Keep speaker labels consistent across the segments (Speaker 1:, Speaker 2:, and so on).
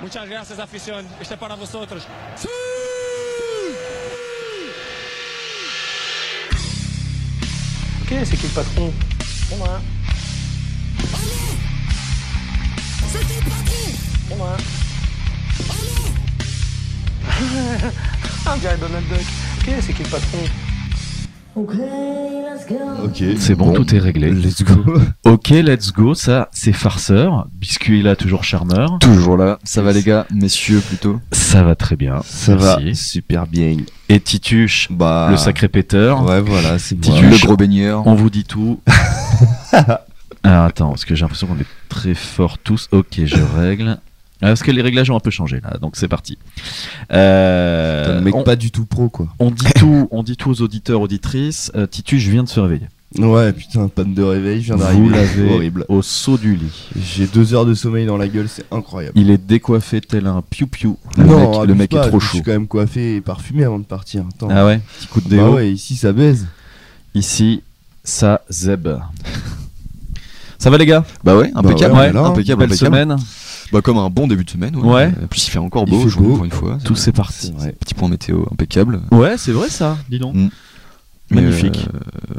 Speaker 1: Muchas gracias, afición. Este es para vosotros.
Speaker 2: Ok, c'est qui le patron
Speaker 3: C'est moi.
Speaker 4: Allez C'est qui le patron
Speaker 3: C'est moi.
Speaker 4: Allez
Speaker 2: Ah, on dirait Donald Duck. Ok, c'est qui le patron
Speaker 3: Okay, let's go.
Speaker 5: Ok.
Speaker 6: C'est bon, tout est réglé.
Speaker 5: Let's go.
Speaker 6: Ok, let's go, ça, c'est farceur. Biscuit est là, toujours charmeur.
Speaker 5: Toujours là. Ça va les gars, messieurs plutôt.
Speaker 6: Ça va très bien.
Speaker 5: Ça va
Speaker 6: Merci.
Speaker 5: super bien.
Speaker 6: Et Tituche,
Speaker 5: Bah.
Speaker 6: le sacré péteur.
Speaker 5: Ouais, voilà, c'est
Speaker 6: Petit
Speaker 5: moi.
Speaker 6: juge.
Speaker 5: Le gros baigneur.
Speaker 6: On vous dit tout. Ah, attends, parce que j'ai l'impression qu'on est très forts tous. Ok, je règle. Ah, Parce que les réglages ont un peu changé là, donc c'est parti. Euh,
Speaker 5: Putain, le mec
Speaker 6: on,
Speaker 5: pas du tout pro quoi.
Speaker 6: on dit tout, on dit tout aux auditeurs, auditrices. Euh, Titus, je viens de surveiller.
Speaker 5: Ouais, putain, panne de réveil, je viens
Speaker 6: Vous
Speaker 5: d'arriver.
Speaker 6: l'avez
Speaker 5: C'est horrible.
Speaker 6: au saut du lit.
Speaker 5: J'ai deux heures de sommeil dans la gueule, c'est incroyable.
Speaker 6: Il est décoiffé tel un piou-piou. Le
Speaker 5: non,
Speaker 6: mec, le
Speaker 5: abuse
Speaker 6: mec
Speaker 5: pas,
Speaker 6: est trop
Speaker 5: Je
Speaker 6: chaud.
Speaker 5: suis quand même coiffé et parfumé avant de partir. Attends.
Speaker 6: Ah ouais, petit coup de
Speaker 5: bah
Speaker 6: déo.
Speaker 5: ouais, ici ça baise.
Speaker 6: Ici, ça zeb. Ça va les gars
Speaker 7: Bah ouais, impeccable,
Speaker 5: ouais, on est là,
Speaker 7: impeccable,
Speaker 5: hein.
Speaker 7: impeccable.
Speaker 6: Belle semaine.
Speaker 7: Bah comme un bon début de semaine.
Speaker 6: Ouais.
Speaker 7: En plus il fait encore
Speaker 5: Il
Speaker 7: beau
Speaker 5: fait
Speaker 7: aujourd'hui
Speaker 5: beau.
Speaker 7: pour une fois.
Speaker 6: Tout c'est parti.
Speaker 5: Ouais.
Speaker 7: Petit point météo impeccable.
Speaker 6: Ouais, c'est vrai ça, dis donc.
Speaker 7: Mais,
Speaker 6: Magnifique.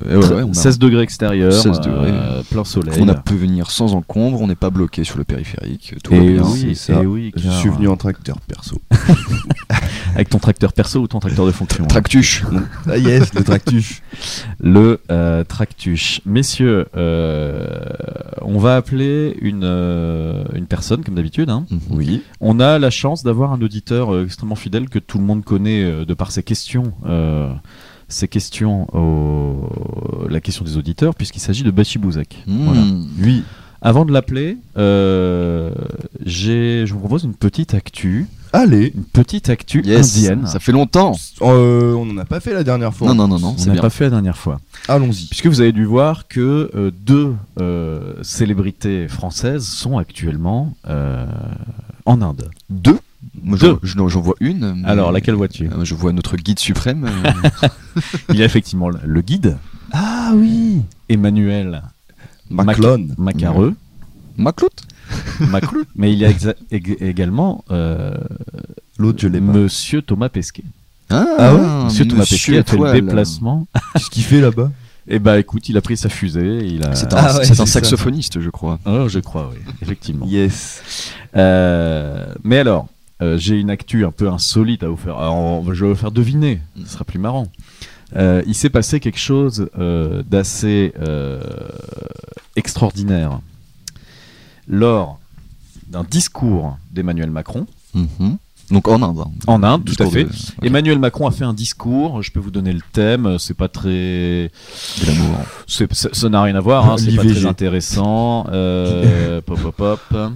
Speaker 7: Mm. euh, ouais, ouais, on, a-
Speaker 6: 16 degrés extérieur,
Speaker 7: 16 degrés.
Speaker 6: euh, plein soleil.
Speaker 7: on a pu venir sans encombre, on n'est pas bloqué sur le périphérique. Tout va
Speaker 6: et
Speaker 7: bien.
Speaker 6: oui,
Speaker 5: c'est ça.
Speaker 6: et oui,
Speaker 5: Je
Speaker 6: car-
Speaker 5: suis venu en tracteur perso.
Speaker 6: avec ton tracteur perso ou ton tracteur de fonction. hein.
Speaker 7: Tractuche.
Speaker 5: Ah yes, le tractuche.
Speaker 6: le euh, tractuche. Messieurs, euh, on va appeler une, euh, une personne comme d'habitude. hein.
Speaker 7: Oui.
Speaker 6: On a la chance d'avoir un auditeur euh, extrêmement fidèle que tout le monde connaît euh, de par ses questions. euh, ses questions au... la question des auditeurs puisqu'il s'agit de Bachi Bouzak. Voilà.
Speaker 7: Hmm. Oui.
Speaker 6: Avant de l'appeler, euh, j'ai- je vous propose une petite actu,
Speaker 5: Allez,
Speaker 6: une petite actu
Speaker 7: Yes.
Speaker 6: indienne.
Speaker 7: Ça fait longtemps.
Speaker 5: euh, on en a pas fait la dernière fois.
Speaker 7: Non, non, non, non,
Speaker 6: on
Speaker 7: c'est
Speaker 6: n'a
Speaker 7: bien.
Speaker 6: pas fait la dernière fois.
Speaker 5: Allons-y.
Speaker 6: Puisque vous avez dû voir que euh, deux euh, célébrités françaises sont actuellement euh, en Inde.
Speaker 7: Deux. Moi, j'en-
Speaker 6: Deux.
Speaker 7: je- non, J'en vois une. mais-
Speaker 6: Alors, laquelle vois-tu
Speaker 7: Euh, Je vois notre guide suprême. euh,
Speaker 6: Il y a effectivement le- le guide. Ah oui Emmanuel
Speaker 5: Maclone.
Speaker 6: Macareux.
Speaker 7: Maclout.
Speaker 6: Maclou. Mais il y a exa- ég- également euh,
Speaker 5: L'autre, je l'ai pas.
Speaker 6: Monsieur Thomas Pesquet.
Speaker 5: Ah ouais
Speaker 6: Monsieur Thomas Pesquet a fait le
Speaker 7: Toile.
Speaker 6: déplacement.
Speaker 5: Qu'est-ce qu'il fait là-bas
Speaker 6: Eh ben écoute, il a pris sa fusée. Il a...
Speaker 7: C'est un,
Speaker 5: Ah ouais,
Speaker 7: c'est un
Speaker 5: c'est ça.
Speaker 7: saxophoniste, je crois.
Speaker 6: Oh, je crois, oui, effectivement.
Speaker 5: Yes.
Speaker 6: Euh, mais alors, euh, j'ai une actu un peu insolite à vous faire. alors, on- je vais vous faire deviner, ce sera plus marrant. Euh, il s'est passé quelque chose euh, d'assez euh, extraordinaire lors d'un discours d'Emmanuel Macron
Speaker 7: Mhm. Donc en Inde. hein.
Speaker 6: en Inde, tout à
Speaker 7: Discours
Speaker 6: fait.
Speaker 7: de-
Speaker 6: Emmanuel Macron a fait un discours, je peux vous donner le thème, c'est pas très...
Speaker 7: Glamour.
Speaker 6: c'est- ça ça n'a rien à voir, hein, c'est pas
Speaker 5: L'IVG.
Speaker 6: très intéressant. Euh, pop, pop, pop.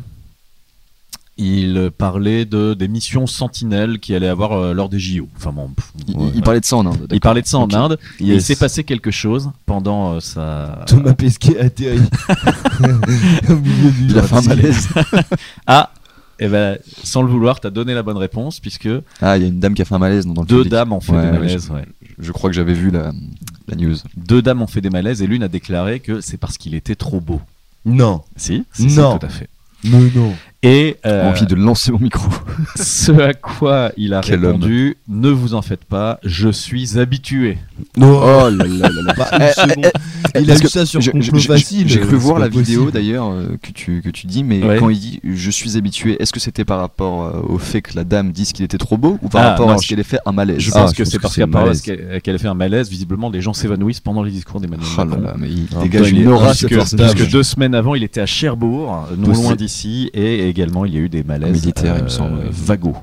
Speaker 6: Il parlait de, des missions sentinelles qui allaient avoir euh, lors des JO. Enfin bon, pff,
Speaker 7: Il,
Speaker 6: ouais.
Speaker 7: il parlait de ça en Inde.
Speaker 6: Il
Speaker 7: d'accord.
Speaker 6: parlait de ça en
Speaker 7: Ok.
Speaker 6: Inde. et il
Speaker 5: Yes.
Speaker 6: s'est passé quelque chose pendant euh, sa...
Speaker 5: Thomas Pesquet atterri. Au milieu du
Speaker 7: Il a fait un malaise.
Speaker 6: Ah eh ben, sans le vouloir, t'as donné la bonne réponse puisque
Speaker 7: Ah, il y a une dame qui a fait un malaise non, dans le
Speaker 6: deux
Speaker 7: public.
Speaker 6: dames ont fait
Speaker 7: Ouais,
Speaker 6: des
Speaker 7: ouais,
Speaker 6: malaises. ouais.
Speaker 7: Je crois que j'avais vu la, la news.
Speaker 6: Deux dames ont fait des malaises et l'une a déclaré que c'est parce qu'il était trop beau.
Speaker 5: Non.
Speaker 6: Si, si, si,
Speaker 5: Non.
Speaker 6: tout à fait.
Speaker 5: Mais non.
Speaker 6: Et euh,
Speaker 7: Envie de lancer mon micro.
Speaker 6: ce à quoi il a
Speaker 7: Quel
Speaker 6: répondu Ne vous en faites pas, je suis habitué.
Speaker 5: Non.
Speaker 7: Oh là là là là.
Speaker 5: Bah, une
Speaker 7: Eh,
Speaker 5: seconde. Il a
Speaker 7: Parce
Speaker 5: eu
Speaker 7: que
Speaker 5: ça sur
Speaker 7: je- je-
Speaker 5: complot
Speaker 7: je-
Speaker 5: facile.
Speaker 7: J'ai cru
Speaker 5: euh,
Speaker 7: voir
Speaker 5: c'est
Speaker 7: la
Speaker 5: pas possible.
Speaker 7: vidéo d'ailleurs euh, que tu, que tu dis, mais
Speaker 6: Ouais.
Speaker 7: quand il dit je suis habitué, est-ce que c'était par rapport euh, au fait que la dame dise qu'il était trop beau ou par
Speaker 6: Ah,
Speaker 7: rapport
Speaker 6: non,
Speaker 7: à ce
Speaker 6: je-
Speaker 7: qu'elle ait fait un malaise
Speaker 6: Je
Speaker 7: Ah,
Speaker 6: pense que c'est parce qu'à
Speaker 7: le
Speaker 6: part
Speaker 7: malaise.
Speaker 6: qu'elle qu'elle a fait un malaise, visiblement les gens s'évanouissent pendant les discours d'Emmanuel
Speaker 7: Oh là
Speaker 6: Macron.
Speaker 7: là, mais il
Speaker 5: Ah,
Speaker 7: dégage
Speaker 5: putain, il
Speaker 7: une
Speaker 5: est
Speaker 7: aura
Speaker 6: Parce
Speaker 7: ce
Speaker 6: que, parce que deux semaines avant, il était à Cherbourg, non
Speaker 7: Tout
Speaker 6: loin
Speaker 7: c'est-
Speaker 6: d'ici, et également il y a eu des malaises euh,
Speaker 7: Militaire, il me semble, oui.
Speaker 6: vagos.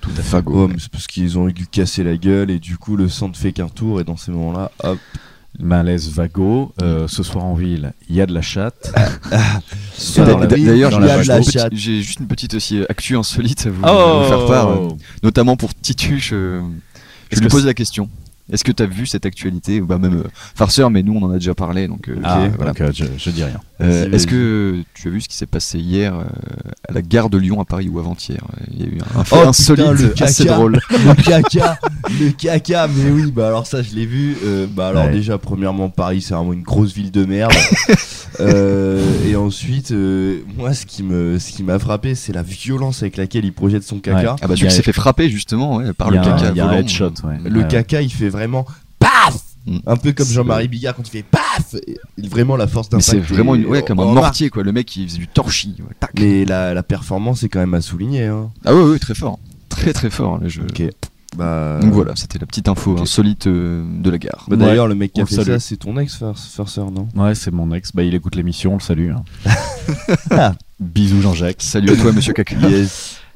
Speaker 7: Tout à
Speaker 5: Oh, mais c'est parce qu'ils ont eu dû casser la gueule et du coup le sang ne fait qu'un tour et dans ces moments-là, hop.
Speaker 6: Malaise vagos. euh, ce soir en ville, il y a de la chatte.
Speaker 7: Et
Speaker 6: Dans
Speaker 7: d'a-
Speaker 6: la-
Speaker 7: D'ailleurs,
Speaker 6: dans
Speaker 7: j'ai
Speaker 6: la
Speaker 7: juste
Speaker 5: la
Speaker 7: une petite-
Speaker 5: chatte.
Speaker 7: j'ai juste une petite aussi euh, actu
Speaker 6: Oh
Speaker 7: insolite à vous, à vous faire part, euh, notamment pour Tituche. euh,
Speaker 6: Est-ce
Speaker 7: je lui
Speaker 6: que
Speaker 7: pose
Speaker 6: c'est-
Speaker 7: la question. Est-ce que t'as vu cette actualité Bah même euh, farceur, mais nous on en a déjà parlé, donc euh,
Speaker 6: Ah,
Speaker 7: voilà.
Speaker 6: donc, euh, je, je dis rien.
Speaker 7: Euh,
Speaker 5: Vas-y,
Speaker 7: Est-ce
Speaker 5: vas-y.
Speaker 7: que tu as vu ce qui s'est passé hier euh, à la gare de Lyon à Paris ou avant-hier Euh, Il y a eu un, un fait
Speaker 8: Oh, putain,
Speaker 7: insolite
Speaker 8: le
Speaker 7: assez
Speaker 8: caca.
Speaker 7: drôle.
Speaker 8: le caca, le caca, mais oui, bah alors ça je l'ai vu. Euh, bah alors
Speaker 6: Ouais.
Speaker 8: déjà, premièrement, Paris c'est vraiment une grosse ville de merde. Euh, et ensuite, euh, moi ce qui me, ce qui m'a frappé, c'est la violence avec laquelle il projette son caca.
Speaker 7: Ah
Speaker 6: Il
Speaker 7: bah
Speaker 6: y
Speaker 7: celui
Speaker 6: a-
Speaker 7: qui s'est fait frapper justement ouais, par
Speaker 6: Il y
Speaker 7: Ah, le
Speaker 6: a un-
Speaker 7: caca
Speaker 6: il y a un
Speaker 7: volant.
Speaker 6: headshot, ouais. Euh,
Speaker 8: Le
Speaker 6: Ouais,
Speaker 8: caca, il fait vraiment paf,
Speaker 7: Mm.
Speaker 8: un peu comme
Speaker 7: C'est-
Speaker 8: Jean-Marie Bigard quand il fait paf. Et Vraiment la force
Speaker 7: Mais
Speaker 8: d'impact.
Speaker 7: c'est vraiment une,
Speaker 8: est-
Speaker 7: ouais, comme
Speaker 8: on
Speaker 6: Oh,
Speaker 7: un
Speaker 8: remarque.
Speaker 7: mortier quoi. Le mec il faisait du torchis. ouais, tac.
Speaker 8: Mais la, la performance est quand même à souligner. Hein.
Speaker 7: Ah ouais, ouais, très fort, très très fort. là, je-
Speaker 8: Ok. Bah,
Speaker 7: Donc voilà, c'était la petite info
Speaker 8: ok.
Speaker 7: insolite euh, de la gare.
Speaker 8: bah, d'ailleurs, le mec qui
Speaker 6: on
Speaker 8: a
Speaker 6: le
Speaker 8: fait
Speaker 6: salue.
Speaker 8: ça, c'est ton ex, farceur, non
Speaker 6: ouais. Ouais, c'est mon ex. Bah, il écoute l'émission, on le salue. hein. Ah, Bisous Jean-Jacques.
Speaker 7: Salut à toi Monsieur Caca.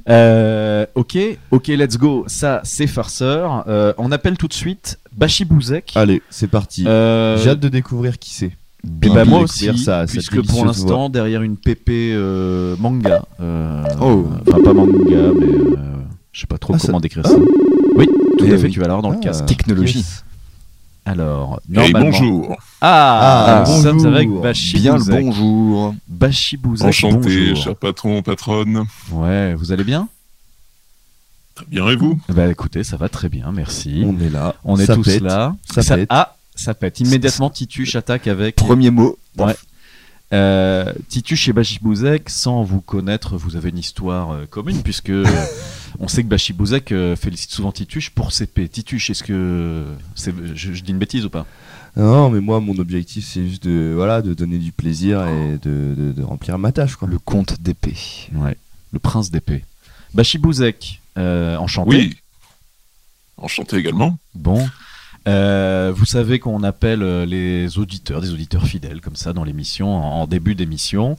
Speaker 6: Euh, ok, ok, let's go. Ça, c'est farceur. Euh, on appelle tout de suite Bashi Bouzek.
Speaker 7: Ah,
Speaker 8: Allez, c'est parti.
Speaker 6: Euh,
Speaker 8: J'ai hâte de découvrir qui c'est.
Speaker 6: et
Speaker 7: Bien
Speaker 6: bah
Speaker 8: envie
Speaker 6: moi
Speaker 8: de
Speaker 6: aussi,
Speaker 8: découvrir ça, cette
Speaker 6: puisque pour
Speaker 8: délicieuse
Speaker 6: l'instant, derrière une PP euh, manga, euh,
Speaker 7: Oh.
Speaker 6: enfin pas manga, mais euh, je sais pas trop
Speaker 8: Ah, ça-
Speaker 6: comment décrire ça. Oui, tout
Speaker 7: Eh
Speaker 6: à fait,
Speaker 7: oui.
Speaker 6: tu vas l'avoir
Speaker 8: Ah,
Speaker 6: dans le casque.
Speaker 7: Technologie.
Speaker 6: Alors, normalement... bonjour
Speaker 8: Ah,
Speaker 6: Ah, nous
Speaker 8: bonjour.
Speaker 6: sommes avec Bashi
Speaker 7: Bien le
Speaker 6: Bouzek.
Speaker 7: bonjour.
Speaker 6: Bashi Bouzek,
Speaker 9: Enchanté,
Speaker 6: bonjour.
Speaker 9: cher patron, patronne.
Speaker 6: Ouais, vous allez bien
Speaker 9: Très bien, et vous
Speaker 6: Bah écoutez, ça va très bien, merci.
Speaker 8: On est là.
Speaker 6: On est
Speaker 8: ça
Speaker 6: tous
Speaker 8: pète.
Speaker 6: là.
Speaker 8: ça pète.
Speaker 6: Ah, ça pète. Immédiatement, Tituche attaque avec.
Speaker 7: Premier mot.
Speaker 6: Ouais. Euh, Tituche et Bachibouzek, sans vous connaître, vous avez une histoire euh, commune, puisque euh, on sait que Bachibouzek euh, félicite souvent Tituche pour ses paix. Tituche, est-ce que. c'est- je, je dis une bêtise ou pas
Speaker 8: Non, mais moi, mon objectif, c'est juste de, voilà, de donner du plaisir et de, de- de remplir ma tâche. Quoi.
Speaker 7: Le compte d'épée.
Speaker 6: Ouais. Le prince d'épée. Bachibouzek, euh, enchanté.
Speaker 9: Oui. Enchanté également.
Speaker 6: Bon. Euh, vous savez qu'on appelle euh, les auditeurs, des auditeurs fidèles comme ça dans l'émission, en, en début d'émission,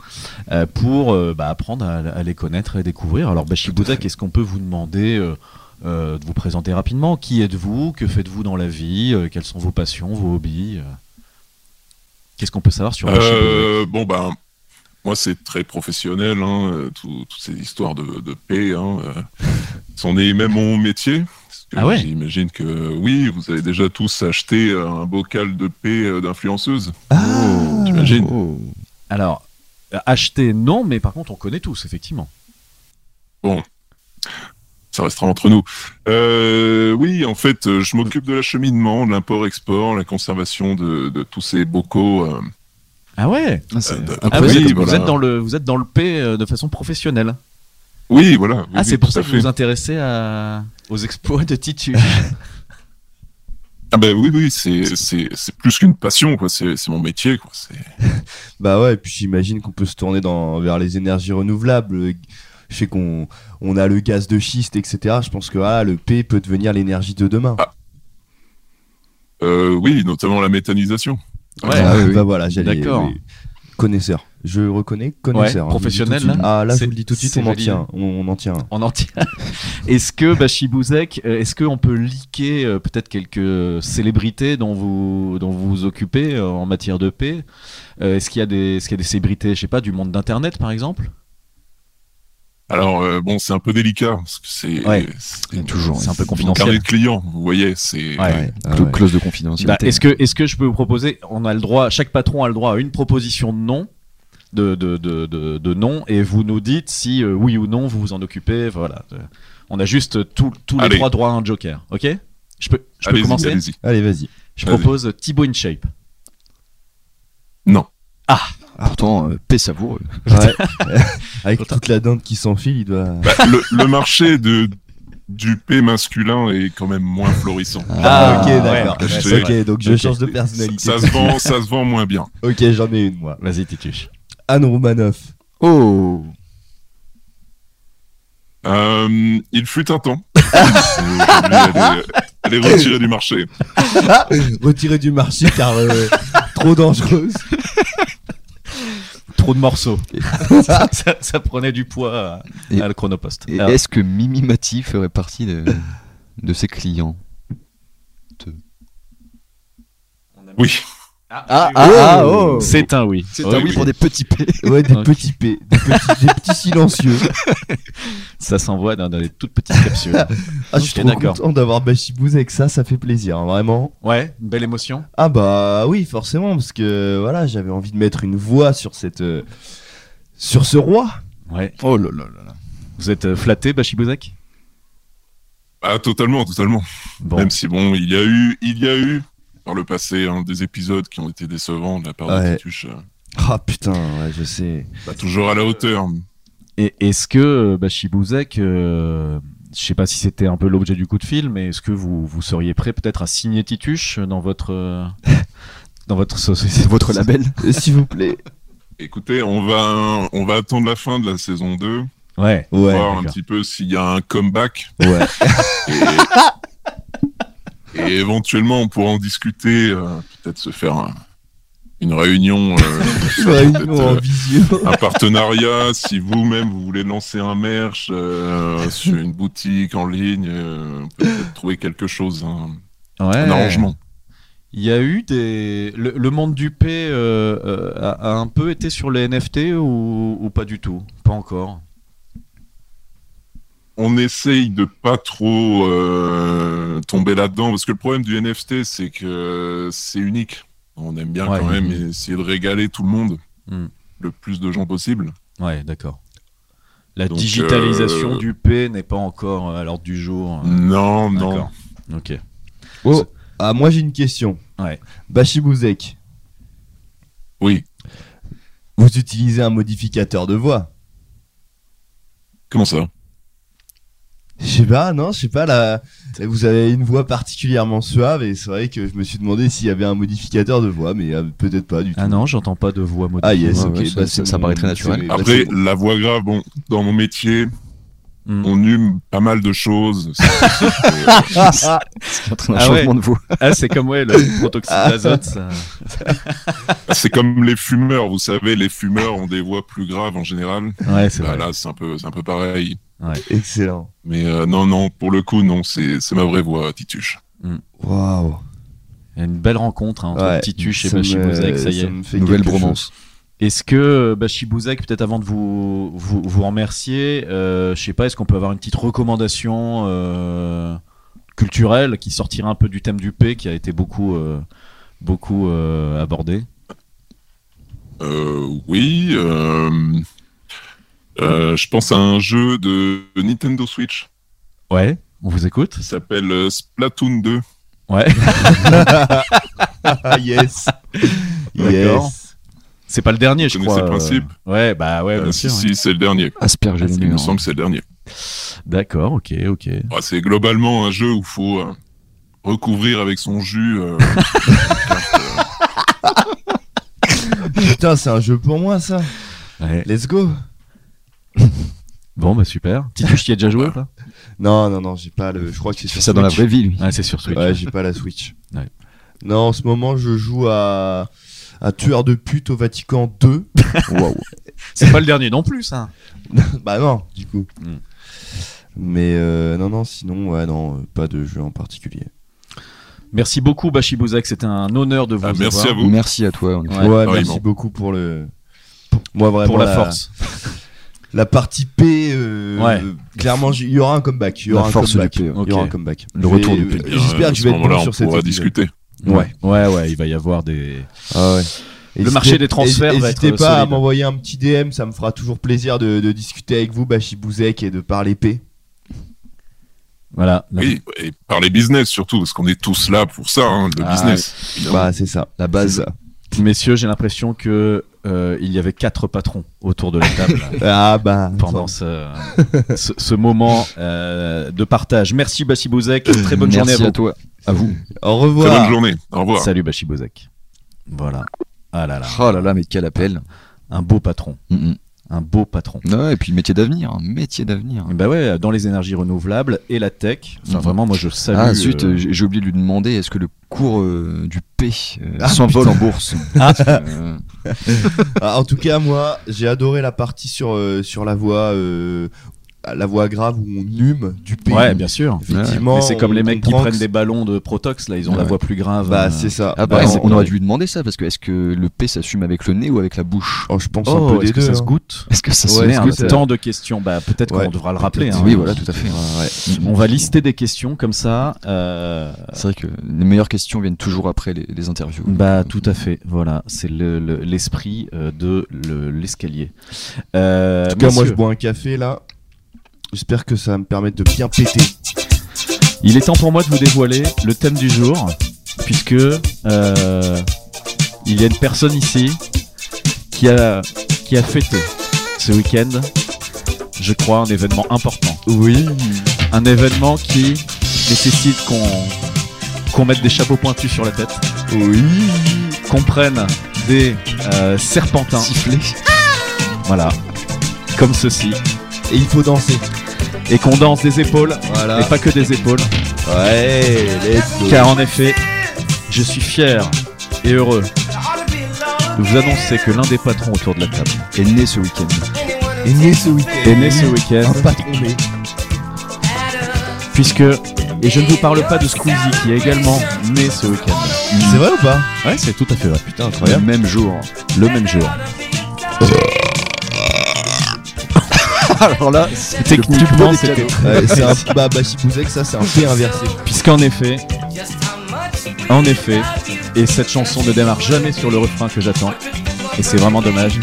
Speaker 6: euh, pour euh, bah, apprendre à, à les connaître et les découvrir. Alors Bashi Bouzek, est-ce qu'on peut vous demander euh, euh, de vous présenter rapidement Qui êtes-vous Que faites-vous dans la vie Euh, Quelles sont vos passions, vos hobbies euh Qu'est-ce qu'on peut savoir sur Bashi Bouzek
Speaker 9: Euh, bon, ben, moi, c'est très professionnel, hein, euh, tout- toutes ces histoires de, de paix. Hein, euh, c'en est même mon métier. parce que
Speaker 6: Ah ouais
Speaker 9: J'imagine que, oui, vous avez déjà tous acheté euh, un bocal de paix euh, d'influenceuse.
Speaker 8: Ah
Speaker 9: J'imagine.
Speaker 7: Oh.
Speaker 6: Alors, euh, acheter, non, mais par contre, on connaît tous, effectivement.
Speaker 9: Ça restera entre nous. Euh, oui, en fait, euh, je m'occupe de l'acheminement, de l'import-export, la conservation de, de tous ces bocaux. euh,
Speaker 6: Ah ouais
Speaker 7: Ah, c'est-
Speaker 9: de-
Speaker 6: Ah,
Speaker 9: oui,
Speaker 6: vous, êtes, vous
Speaker 9: voilà.
Speaker 6: êtes dans le, vous êtes dans le P euh, de façon professionnelle
Speaker 9: Oui, voilà. oui,
Speaker 6: Ah, c'est
Speaker 9: oui,
Speaker 6: pour
Speaker 9: tout
Speaker 6: ça
Speaker 9: à
Speaker 6: que
Speaker 9: fait.
Speaker 6: vous vous intéressez à... aux exploits de Titu.
Speaker 9: Ah ben oui, oui, c'est c'est c'est plus qu'une passion, quoi. C'est c'est mon métier, quoi. C'est
Speaker 8: Bah ouais, et puis j'imagine qu'on peut se tourner dans, vers les énergies renouvelables. euh, Je sais qu'on on a le gaz de schiste, etc. Je pense que ah, le P peut devenir l'énergie de demain.
Speaker 9: Ah, euh, oui, notamment la méthanisation.
Speaker 6: Ouais,
Speaker 8: Ah,
Speaker 7: oui, oui.
Speaker 8: Bah voilà, j'allais.
Speaker 6: D'accord.
Speaker 8: oui. Connaisseur. Je reconnais connaisseur.
Speaker 6: Ouais,
Speaker 8: hein, je vous le dis tout de
Speaker 6: professionnel,
Speaker 8: suite.
Speaker 6: là.
Speaker 8: Ah là, je
Speaker 6: C'est-
Speaker 8: vous le dis tout de suite,
Speaker 6: c'est
Speaker 8: on en
Speaker 6: valide.
Speaker 8: tient. On, on en tient.
Speaker 6: On en tient. Est-ce que, Bashi Bouzek, euh, est-ce qu'on peut liquer euh, peut-être quelques célébrités dont vous dont vous, vous occupez euh, en matière de paix Euh, Est-ce qu'il y, est qu'il y a des célébrités, je sais pas, du monde d'Internet, par exemple
Speaker 9: Alors euh, bon, c'est un peu délicat parce que c'est
Speaker 6: Ouais.
Speaker 9: c'est
Speaker 7: Toujours.
Speaker 6: C'est un peu
Speaker 9: mon carnet
Speaker 6: confidentiel.
Speaker 9: de clients. Vous voyez, c'est euh,
Speaker 6: Ouais.
Speaker 8: Ah
Speaker 7: Clo-
Speaker 8: ouais.
Speaker 7: Clause de
Speaker 6: Bah,
Speaker 7: confidentialité.
Speaker 6: est-ce que, est que je peux vous proposer On a le droit, chaque patron a le droit à une proposition de nom, de, de, de, de, de nom, et vous nous dites si euh, oui ou non vous vous en occupez. Voilà. Euh, On a juste euh, tout- tous les
Speaker 9: Allez.
Speaker 6: trois droits à un joker, ok Je peux, je peux
Speaker 9: Allez-y,
Speaker 6: commencer
Speaker 9: allez-y.
Speaker 8: Allez, vas-y.
Speaker 6: Je
Speaker 9: Vas-y.
Speaker 6: propose Thibaut InShape.
Speaker 9: Non.
Speaker 7: Pourtant, euh, paix savoureux.
Speaker 8: Ouais. Avec toute la dinde qui s'enfile, il doit.
Speaker 9: Bah, le, le marché de du P masculin est quand même moins florissant.
Speaker 6: Ah,
Speaker 8: ok,
Speaker 6: ouais,
Speaker 8: d'accord.
Speaker 9: ouais, c'est
Speaker 8: ok, donc je
Speaker 6: Ok.
Speaker 8: change de
Speaker 9: Ça,
Speaker 8: personnalité.
Speaker 9: ça se vend, ça se vend moins bien.
Speaker 8: ok, j'en ai une, moi.
Speaker 6: Vas-y, Tituche.
Speaker 8: Anne Roumanoff.
Speaker 7: Oh.
Speaker 9: Euh, il fut un temps. elle, est, elle est retirée du marché.
Speaker 8: Retirée du marché car euh, trop dangereuse.
Speaker 6: Trop de morceaux. ça, ça prenait du poids à,
Speaker 7: Et-
Speaker 6: à le chronopost.
Speaker 7: Et
Speaker 6: Alors,
Speaker 7: est-ce que Mimi Mati ferait partie de, de ses clients
Speaker 9: Oui.
Speaker 7: Ah, ah, oh
Speaker 6: C'est un Ah oui.
Speaker 7: C'est un oui pour des petits P.
Speaker 8: Ouais, des
Speaker 6: Ok.
Speaker 8: petits P. Des petits, des petits silencieux.
Speaker 6: ça s'envoie dans dans des toutes petites capsules.
Speaker 8: Ah, je suis
Speaker 6: Ok,
Speaker 8: trop
Speaker 6: d'accord.
Speaker 8: content d'avoir Bachibouz avec ça, ça fait plaisir, hein, vraiment.
Speaker 6: Ouais, une belle émotion.
Speaker 8: Ah bah oui, forcément, parce que voilà, j'avais envie de mettre une voix sur cette, euh, sur ce roi.
Speaker 6: Ouais.
Speaker 7: Oh là là là là.
Speaker 6: Vous êtes euh, flatté, Bachibozek
Speaker 9: Ah, totalement, totalement.
Speaker 6: Bon.
Speaker 9: Même si bon, il y a eu, il y a eu par le passé hein, des épisodes qui ont été décevants de la part
Speaker 8: Ouais.
Speaker 9: de Tituche. euh,
Speaker 8: Ah putain, ouais, je sais.
Speaker 9: pas toujours à la hauteur.
Speaker 6: Et est-ce que euh, Bachibouzek, euh, je sais pas si c'était un peu l'objet du coup de fil, mais est-ce que vous, vous seriez prêt peut-être à signer Tituche dans votre euh, dans votre société,
Speaker 7: Votre label
Speaker 8: Euh, S'il vous plaît.
Speaker 9: Écoutez, on va, on va attendre la fin de la saison 2,
Speaker 6: Ouais.
Speaker 8: Ouais.
Speaker 9: voir un
Speaker 6: d'accord.
Speaker 9: petit peu s'il y a un comeback.
Speaker 8: Ouais.
Speaker 9: Et, et éventuellement, on pourra en discuter, euh, peut-être se faire un- une réunion, euh,
Speaker 7: Oh,
Speaker 9: peut-être,
Speaker 8: Réunion en
Speaker 9: euh,
Speaker 8: visio.
Speaker 9: un partenariat. si vous-même, vous voulez lancer un merch euh, sur une boutique en ligne, euh, on peut peut-être trouver quelque chose, un,
Speaker 6: Ouais.
Speaker 9: un arrangement.
Speaker 6: Il y a eu des le, le monde du P euh, euh, a, a un peu été sur les NFT ou, ou pas du tout, pas encore.
Speaker 9: on essaye de pas trop euh, tomber là-dedans parce que le problème du NFT c'est que c'est unique. On aime bien
Speaker 6: Ouais.
Speaker 9: quand même essayer de régaler tout le monde,
Speaker 6: Mm.
Speaker 9: le plus de gens possible.
Speaker 6: Ouais, d'accord. La
Speaker 9: Donc,
Speaker 6: digitalisation
Speaker 9: euh,
Speaker 6: du P n'est pas encore euh, à l'ordre du jour. euh,
Speaker 9: Non, non.
Speaker 6: d'accord. Ok.
Speaker 8: Oh, ah, moi j'ai une question.
Speaker 6: Ouais.
Speaker 8: Bachibouzek,
Speaker 9: Oui.
Speaker 8: vous utilisez un modificateur de voix
Speaker 9: Comment ça
Speaker 8: Je sais pas, non, je sais pas, là, vous avez une voix particulièrement suave et c'est vrai que je me suis demandé s'il y avait un modificateur de voix, mais euh, peut-être pas du tout.
Speaker 6: Ah non, j'entends pas de voix modifiée.
Speaker 8: Ah yes,
Speaker 7: Ouais,
Speaker 8: ok,
Speaker 7: ouais, ça-
Speaker 8: c'est
Speaker 7: ça paraît très
Speaker 8: c'est
Speaker 7: naturel.
Speaker 8: mes- bah,
Speaker 9: Après,
Speaker 8: c'est bon.
Speaker 9: la voix grave, bon, dans mon métier,
Speaker 6: Mm.
Speaker 9: on hume pas mal de choses.
Speaker 7: C'est en train d'un
Speaker 6: Ah ouais.
Speaker 7: changement de voix.
Speaker 6: Ah, c'est comme ouais, le protoxyde d'azote. ça.
Speaker 9: c'est comme les fumeurs, vous savez, les fumeurs ont des voix plus graves en général.
Speaker 6: Ouais, c'est
Speaker 9: Bah,
Speaker 6: vrai.
Speaker 9: là, c'est un peu, c'est un peu pareil.
Speaker 8: Excellent.
Speaker 9: Mais euh, non, non, pour le coup, non, c'est c'est ma vraie voix, Tituche.
Speaker 8: Waouh.
Speaker 6: Il y a une belle rencontre hein, entre
Speaker 8: Ouais.
Speaker 6: Tituche et
Speaker 8: Ça me-
Speaker 6: Bachibouzek, ça y est.
Speaker 8: me fait
Speaker 7: Nouvelle
Speaker 8: quelque
Speaker 7: bromance.
Speaker 6: Est-ce que euh, Bachibouzek, peut-être avant de vous, vous, vous remercier, euh, je sais pas, est-ce qu'on peut avoir une petite recommandation euh, culturelle qui sortira un peu du thème du P qui a été beaucoup, euh, beaucoup euh, abordé
Speaker 9: Euh, oui. euh, euh, je pense à un jeu de Nintendo Switch
Speaker 6: Ouais, on vous écoute
Speaker 9: qui s'appelle euh, Splatoon 2.
Speaker 6: Ouais,
Speaker 8: chose. Ah yes.
Speaker 6: D'accord.
Speaker 8: yes.
Speaker 6: c'est pas le dernier,
Speaker 9: Vous
Speaker 6: je
Speaker 9: connaissez
Speaker 6: crois.
Speaker 9: le
Speaker 6: euh.
Speaker 9: principe
Speaker 6: Ouais, bah ouais,
Speaker 9: Euh,
Speaker 6: bien
Speaker 9: si,
Speaker 6: sûr. ouais.
Speaker 9: si, c'est le dernier.
Speaker 7: Asperger les
Speaker 9: Il me
Speaker 7: murs.
Speaker 9: semble que Ah, c'est le dernier.
Speaker 6: hein. D'accord, ok, ok.
Speaker 9: Bah, c'est globalement un jeu où il faut euh, recouvrir avec son jus. euh,
Speaker 8: Putain, c'est un jeu pour moi ça.
Speaker 6: Ouais.
Speaker 8: Let's go.
Speaker 6: Bon, bah super. Tituche, tu y as déjà joué ou pas
Speaker 8: Non, non, non, j'ai pas le. Je crois que c'est
Speaker 7: Il
Speaker 8: sur
Speaker 7: fait ça dans la
Speaker 8: Switch.
Speaker 7: vraie vie, lui.
Speaker 6: Ouais, c'est sur Switch.
Speaker 8: Ouais, j'ai pas la Switch.
Speaker 6: Ouais.
Speaker 8: Non, en ce moment, je joue à. à tueur de pute au Vatican 2.
Speaker 7: Waouh.
Speaker 6: C'est pas le dernier non plus, ça.
Speaker 8: bah non, du coup.
Speaker 6: Mm.
Speaker 8: Mais euh, non, non, sinon, ouais, non, euh, pas de jeu en particulier.
Speaker 6: Merci beaucoup, Bachibouzek. C'était un honneur de vous
Speaker 9: ah, merci
Speaker 6: avoir.
Speaker 9: à vous.
Speaker 7: Merci à toi. en effet.
Speaker 6: Ouais,
Speaker 8: Ouais, merci
Speaker 9: vraiment.
Speaker 8: beaucoup pour le. pour- Moi, vraiment.
Speaker 6: pour la force.
Speaker 8: La partie P, euh,
Speaker 6: Ouais.
Speaker 8: euh, clairement, j- il y aura un comeback. Il y
Speaker 7: La
Speaker 8: aura un
Speaker 7: force
Speaker 8: comeback.
Speaker 7: du P, E ouais.
Speaker 8: Il y aura un
Speaker 6: Ok.
Speaker 8: comeback.
Speaker 7: Le
Speaker 8: Je vais-
Speaker 7: retour du P.
Speaker 8: euh, J'espère
Speaker 9: Euh,
Speaker 8: que je vais
Speaker 9: à ce
Speaker 8: être bon
Speaker 9: moment-là,
Speaker 8: sur
Speaker 9: on
Speaker 8: cette
Speaker 9: pourra
Speaker 8: épisode.
Speaker 9: discuter.
Speaker 8: Ouais.
Speaker 6: Ouais, ouais, il va y avoir des.
Speaker 8: Ah ouais. Hésitez-
Speaker 6: marché des transferts
Speaker 8: hési-
Speaker 6: va
Speaker 8: N'hésitez
Speaker 6: être
Speaker 8: pas à
Speaker 6: solide.
Speaker 8: m'envoyer un petit DM, ça me fera toujours plaisir de, de discuter avec vous, Bachibouzek, et de parler P.
Speaker 6: Voilà. La-
Speaker 9: Oui, et parler business surtout, parce qu'on est tous là pour ça, hein, le
Speaker 6: Ah,
Speaker 9: business. évidemment.
Speaker 8: Bah, c'est ça.
Speaker 7: La base.
Speaker 6: Messieurs, j'ai l'impression que euh, il y avait quatre patrons autour de la table là,
Speaker 8: Ah bah.
Speaker 6: pendant ce, ce, ce moment euh, de partage. Merci Bachibouzek. Très bonne journée
Speaker 7: Merci
Speaker 6: à vous.
Speaker 7: à toi. À vous.
Speaker 8: Au
Speaker 9: Très
Speaker 8: revoir.
Speaker 9: bonne journée. Au revoir.
Speaker 6: Salut Bachibouzek. Voilà. Ah là là,
Speaker 7: Oh là là, mais quel appel.
Speaker 6: un beau patron,
Speaker 7: Mm, mm.
Speaker 6: un beau patron.
Speaker 7: Ouais, et puis métier d'avenir, hein, métier d'avenir.
Speaker 6: Et Bah ouais, dans les énergies renouvelables et la tech. Enfin
Speaker 7: Mhm.
Speaker 6: vraiment, moi je salue.
Speaker 7: Ah zut,
Speaker 6: euh,
Speaker 7: euh, j'ai j'ai oublié de lui demander est-ce que le cours euh, du P euh,
Speaker 8: Ah,
Speaker 7: s'envole en bourse Euh,
Speaker 8: Ah, en tout cas, moi, j'ai adoré la partie sur, euh, sur la voix. euh, la voix grave où on hume du pays.
Speaker 6: Ouais, bien sûr.
Speaker 8: Effectivement,
Speaker 6: Mais c'est
Speaker 8: on
Speaker 6: comme les mecs qui
Speaker 8: comprend
Speaker 6: prennent
Speaker 8: que-
Speaker 6: des ballons de Protox, là, ils ont la
Speaker 7: Ouais.
Speaker 6: voix plus grave.
Speaker 8: Bah,
Speaker 6: euh,
Speaker 8: c'est ça.
Speaker 7: Ah,
Speaker 6: Bah,
Speaker 7: pareil,
Speaker 6: on-
Speaker 7: on aurait dû lui demander ça, parce que est-ce que le P s'assume avec le nez ou avec la bouche
Speaker 8: Oh, je pense
Speaker 6: Oh,
Speaker 8: un peu
Speaker 6: est-ce
Speaker 8: des
Speaker 6: que
Speaker 8: deux.
Speaker 6: ça se
Speaker 8: hein.
Speaker 6: goûte
Speaker 7: Est-ce que ça
Speaker 8: Ouais,
Speaker 7: se
Speaker 8: est-ce
Speaker 6: Merde,
Speaker 8: que ça-
Speaker 6: tant de questions. Bah, peut-être
Speaker 8: Ouais.
Speaker 6: qu'on devra le rappeler. hein.
Speaker 7: Oui, voilà, tout à fait.
Speaker 6: On va lister des questions comme ça. euh,
Speaker 7: C'est vrai que les meilleures questions viennent toujours après les, les interviews.
Speaker 6: Bah tout à fait, voilà, c'est le- le- l'esprit euh, de le- l'escalier. Euh,
Speaker 8: En tout cas, moi, je
Speaker 6: messieurs,
Speaker 8: bois un café là. J'espère que ça va me permettre de bien péter.
Speaker 6: Il est temps pour moi de vous dévoiler le thème du jour, puisque euh, il y a une personne ici qui a, qui a fêté ce week-end, je crois, un événement important.
Speaker 8: Oui.
Speaker 6: Un événement qui nécessite qu'on qu'on mette des chapeaux pointus sur la tête,
Speaker 8: Oui.
Speaker 6: qu'on prenne des euh, serpentins,
Speaker 7: Siffler.
Speaker 6: voilà, comme ceci,
Speaker 8: Et il faut danser.
Speaker 6: et qu'on danse des épaules,
Speaker 8: Voilà.
Speaker 6: et pas que des épaules.
Speaker 8: Ouais, let's go.
Speaker 6: Car en effet, je suis fier et heureux de vous annoncer que l'un des patrons autour de la table
Speaker 7: Est né ce week-end.
Speaker 8: Et né ce week-end.
Speaker 6: est né ce week-end,
Speaker 8: Un patron né.
Speaker 6: puisque, et je ne vous parle pas de Squeezie qui est également né ce week-end.
Speaker 8: C'est vrai ou pas
Speaker 6: Ouais, c'est tout à fait vrai.
Speaker 8: Putain,
Speaker 7: Le même jour.
Speaker 6: Le même jour.
Speaker 7: Alors là, c'était le plus
Speaker 6: Techniquement,
Speaker 7: beau des
Speaker 6: c'était
Speaker 7: cadeaux.
Speaker 8: Ouais, c'est un bah, bah, si vous êtes ça, c'est un P inversé.
Speaker 6: Puisqu'en effet, en effet, et cette chanson ne démarre jamais sur le refrain que j'attends, et c'est vraiment dommage.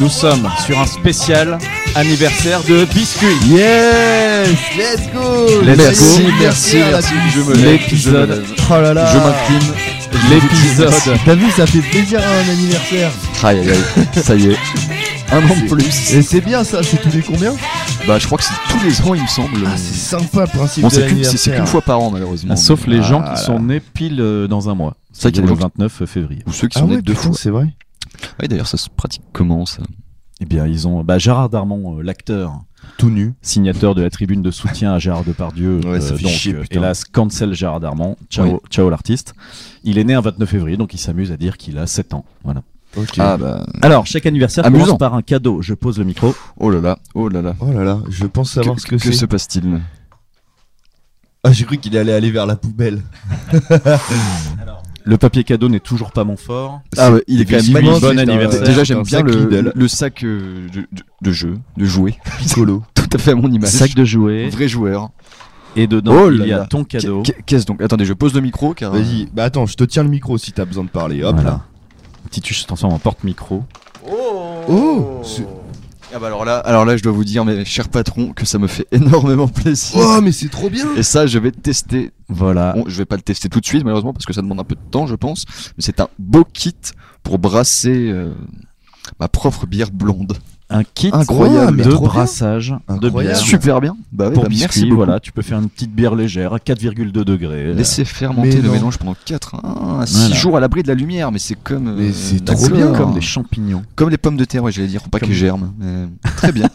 Speaker 6: Nous sommes sur un spécial anniversaire de Biscuit.
Speaker 8: Yes, let's go.
Speaker 6: Let's
Speaker 7: Merci,
Speaker 6: go.
Speaker 7: merci, merci. Je me lève.
Speaker 6: L'épisode
Speaker 7: je me lève.
Speaker 8: Oh là là.
Speaker 7: Je m'incline.
Speaker 6: l'épisode.
Speaker 8: T'as vu, ça fait plaisir à un anniversaire.
Speaker 7: Aïe aïe aïe. Ça y est. Un an de plus.
Speaker 8: Et c'est bien ça, c'est tous les combien
Speaker 7: Bah, je crois que c'est tous les ans, il me semble.
Speaker 8: Ah, c'est sympa le principe
Speaker 7: Bon,
Speaker 8: de
Speaker 7: c'est qu'une c'est- c'est
Speaker 8: l'anniversaire.
Speaker 7: qu'une fois par an, malheureusement.
Speaker 6: Ah, sauf les
Speaker 8: Ah
Speaker 6: gens qui
Speaker 8: là.
Speaker 6: sont nés pile euh, dans un mois.
Speaker 7: C'est vrai qu'il y a des
Speaker 6: le
Speaker 7: gens
Speaker 6: 29 février.
Speaker 7: Ou ceux qui
Speaker 8: Ah
Speaker 7: sont
Speaker 8: ouais,
Speaker 7: nés deux
Speaker 8: putain,
Speaker 7: fois.
Speaker 8: c'est vrai.
Speaker 7: Ouais, d'ailleurs, ça se pratique comment ça
Speaker 6: Eh bien, ils ont bah, Gérard Darmon, euh, l'acteur,
Speaker 8: Tout nu.
Speaker 6: signateur de la tribune de soutien à Gérard Depardieu.
Speaker 8: Ouais, ça fait
Speaker 6: donc,
Speaker 8: chier,
Speaker 6: euh,
Speaker 8: putain.
Speaker 6: hélas, cancel Gérard Darmon. Ciao,
Speaker 7: Oui.
Speaker 6: ciao l'artiste. Il est né un 29 février, donc il s'amuse à dire qu'il a 7 ans. Voilà.
Speaker 8: Ok.
Speaker 7: Ah bah.
Speaker 6: Alors, chaque anniversaire
Speaker 7: Amusant.
Speaker 6: commence par un cadeau. Je pose le micro.
Speaker 7: Oh là là, oh là là.
Speaker 8: Oh là là, je pense savoir ce que,
Speaker 7: que se
Speaker 8: c'est.
Speaker 7: passe-t-il
Speaker 8: Ah, j'ai cru qu'il allait aller vers la poubelle.
Speaker 6: Le papier cadeau n'est toujours pas mon fort.
Speaker 7: Ah ouais, il est quand même
Speaker 8: Effectivement,
Speaker 7: magnifique.
Speaker 6: bon
Speaker 8: c'est un-
Speaker 6: anniversaire.
Speaker 7: Déjà,
Speaker 8: c'est un
Speaker 7: j'aime bien
Speaker 8: sac Lidl.
Speaker 7: le, le sac euh, de, de- de jeu, de jouer.
Speaker 8: piccolo.
Speaker 7: Tout à fait à mon image.
Speaker 6: Sac de jouets.
Speaker 7: vrai joueur.
Speaker 6: Et dedans,
Speaker 7: ben, Oh là
Speaker 6: il y a
Speaker 7: là.
Speaker 6: ton cadeau.
Speaker 7: Qu'est- Qu'est-ce donc Attendez, je pose le micro car.
Speaker 8: Vas-y, bah attends, je te tiens le micro si t'as besoin de parler. Hop
Speaker 6: Voilà.
Speaker 8: là.
Speaker 6: Titus se transforme en porte-micro.
Speaker 8: Oh c'est-
Speaker 7: euh, Ah bah alors là, alors là, je dois vous dire, mes chers patrons, que ça me fait énormément plaisir.
Speaker 8: Oh, mais c'est trop bien
Speaker 7: Et ça, je vais tester.
Speaker 6: Voilà.
Speaker 7: Bon, je vais pas le tester tout de suite, malheureusement, parce que ça demande un peu de temps, je pense. Mais c'est un beau kit pour brasser euh, ma propre bière blonde.
Speaker 6: Un kit
Speaker 7: Incroyable,
Speaker 8: mais
Speaker 6: de
Speaker 8: trop bien.
Speaker 6: brassage de
Speaker 8: Incroyable.
Speaker 6: bière.
Speaker 7: Super bien. Bah ouais,
Speaker 6: pour
Speaker 7: bah
Speaker 6: biscuit,
Speaker 7: merci beaucoup.
Speaker 6: voilà, tu peux faire une petite bière légère à 4,2 degrés.
Speaker 7: Laissez fermenter
Speaker 8: mais
Speaker 7: le
Speaker 8: non.
Speaker 7: mélange pendant 4 à 6
Speaker 6: Voilà.
Speaker 7: jours à l'abri de la lumière, mais c'est comme. euh,
Speaker 8: Mais c'est
Speaker 6: Euh,
Speaker 8: trop
Speaker 6: c'est
Speaker 8: bien.
Speaker 6: comme des champignons.
Speaker 7: Comme les pommes de terre, ouais, j'allais dire, pour pas
Speaker 6: Comme-
Speaker 7: qu'elles germent. mais Très bien.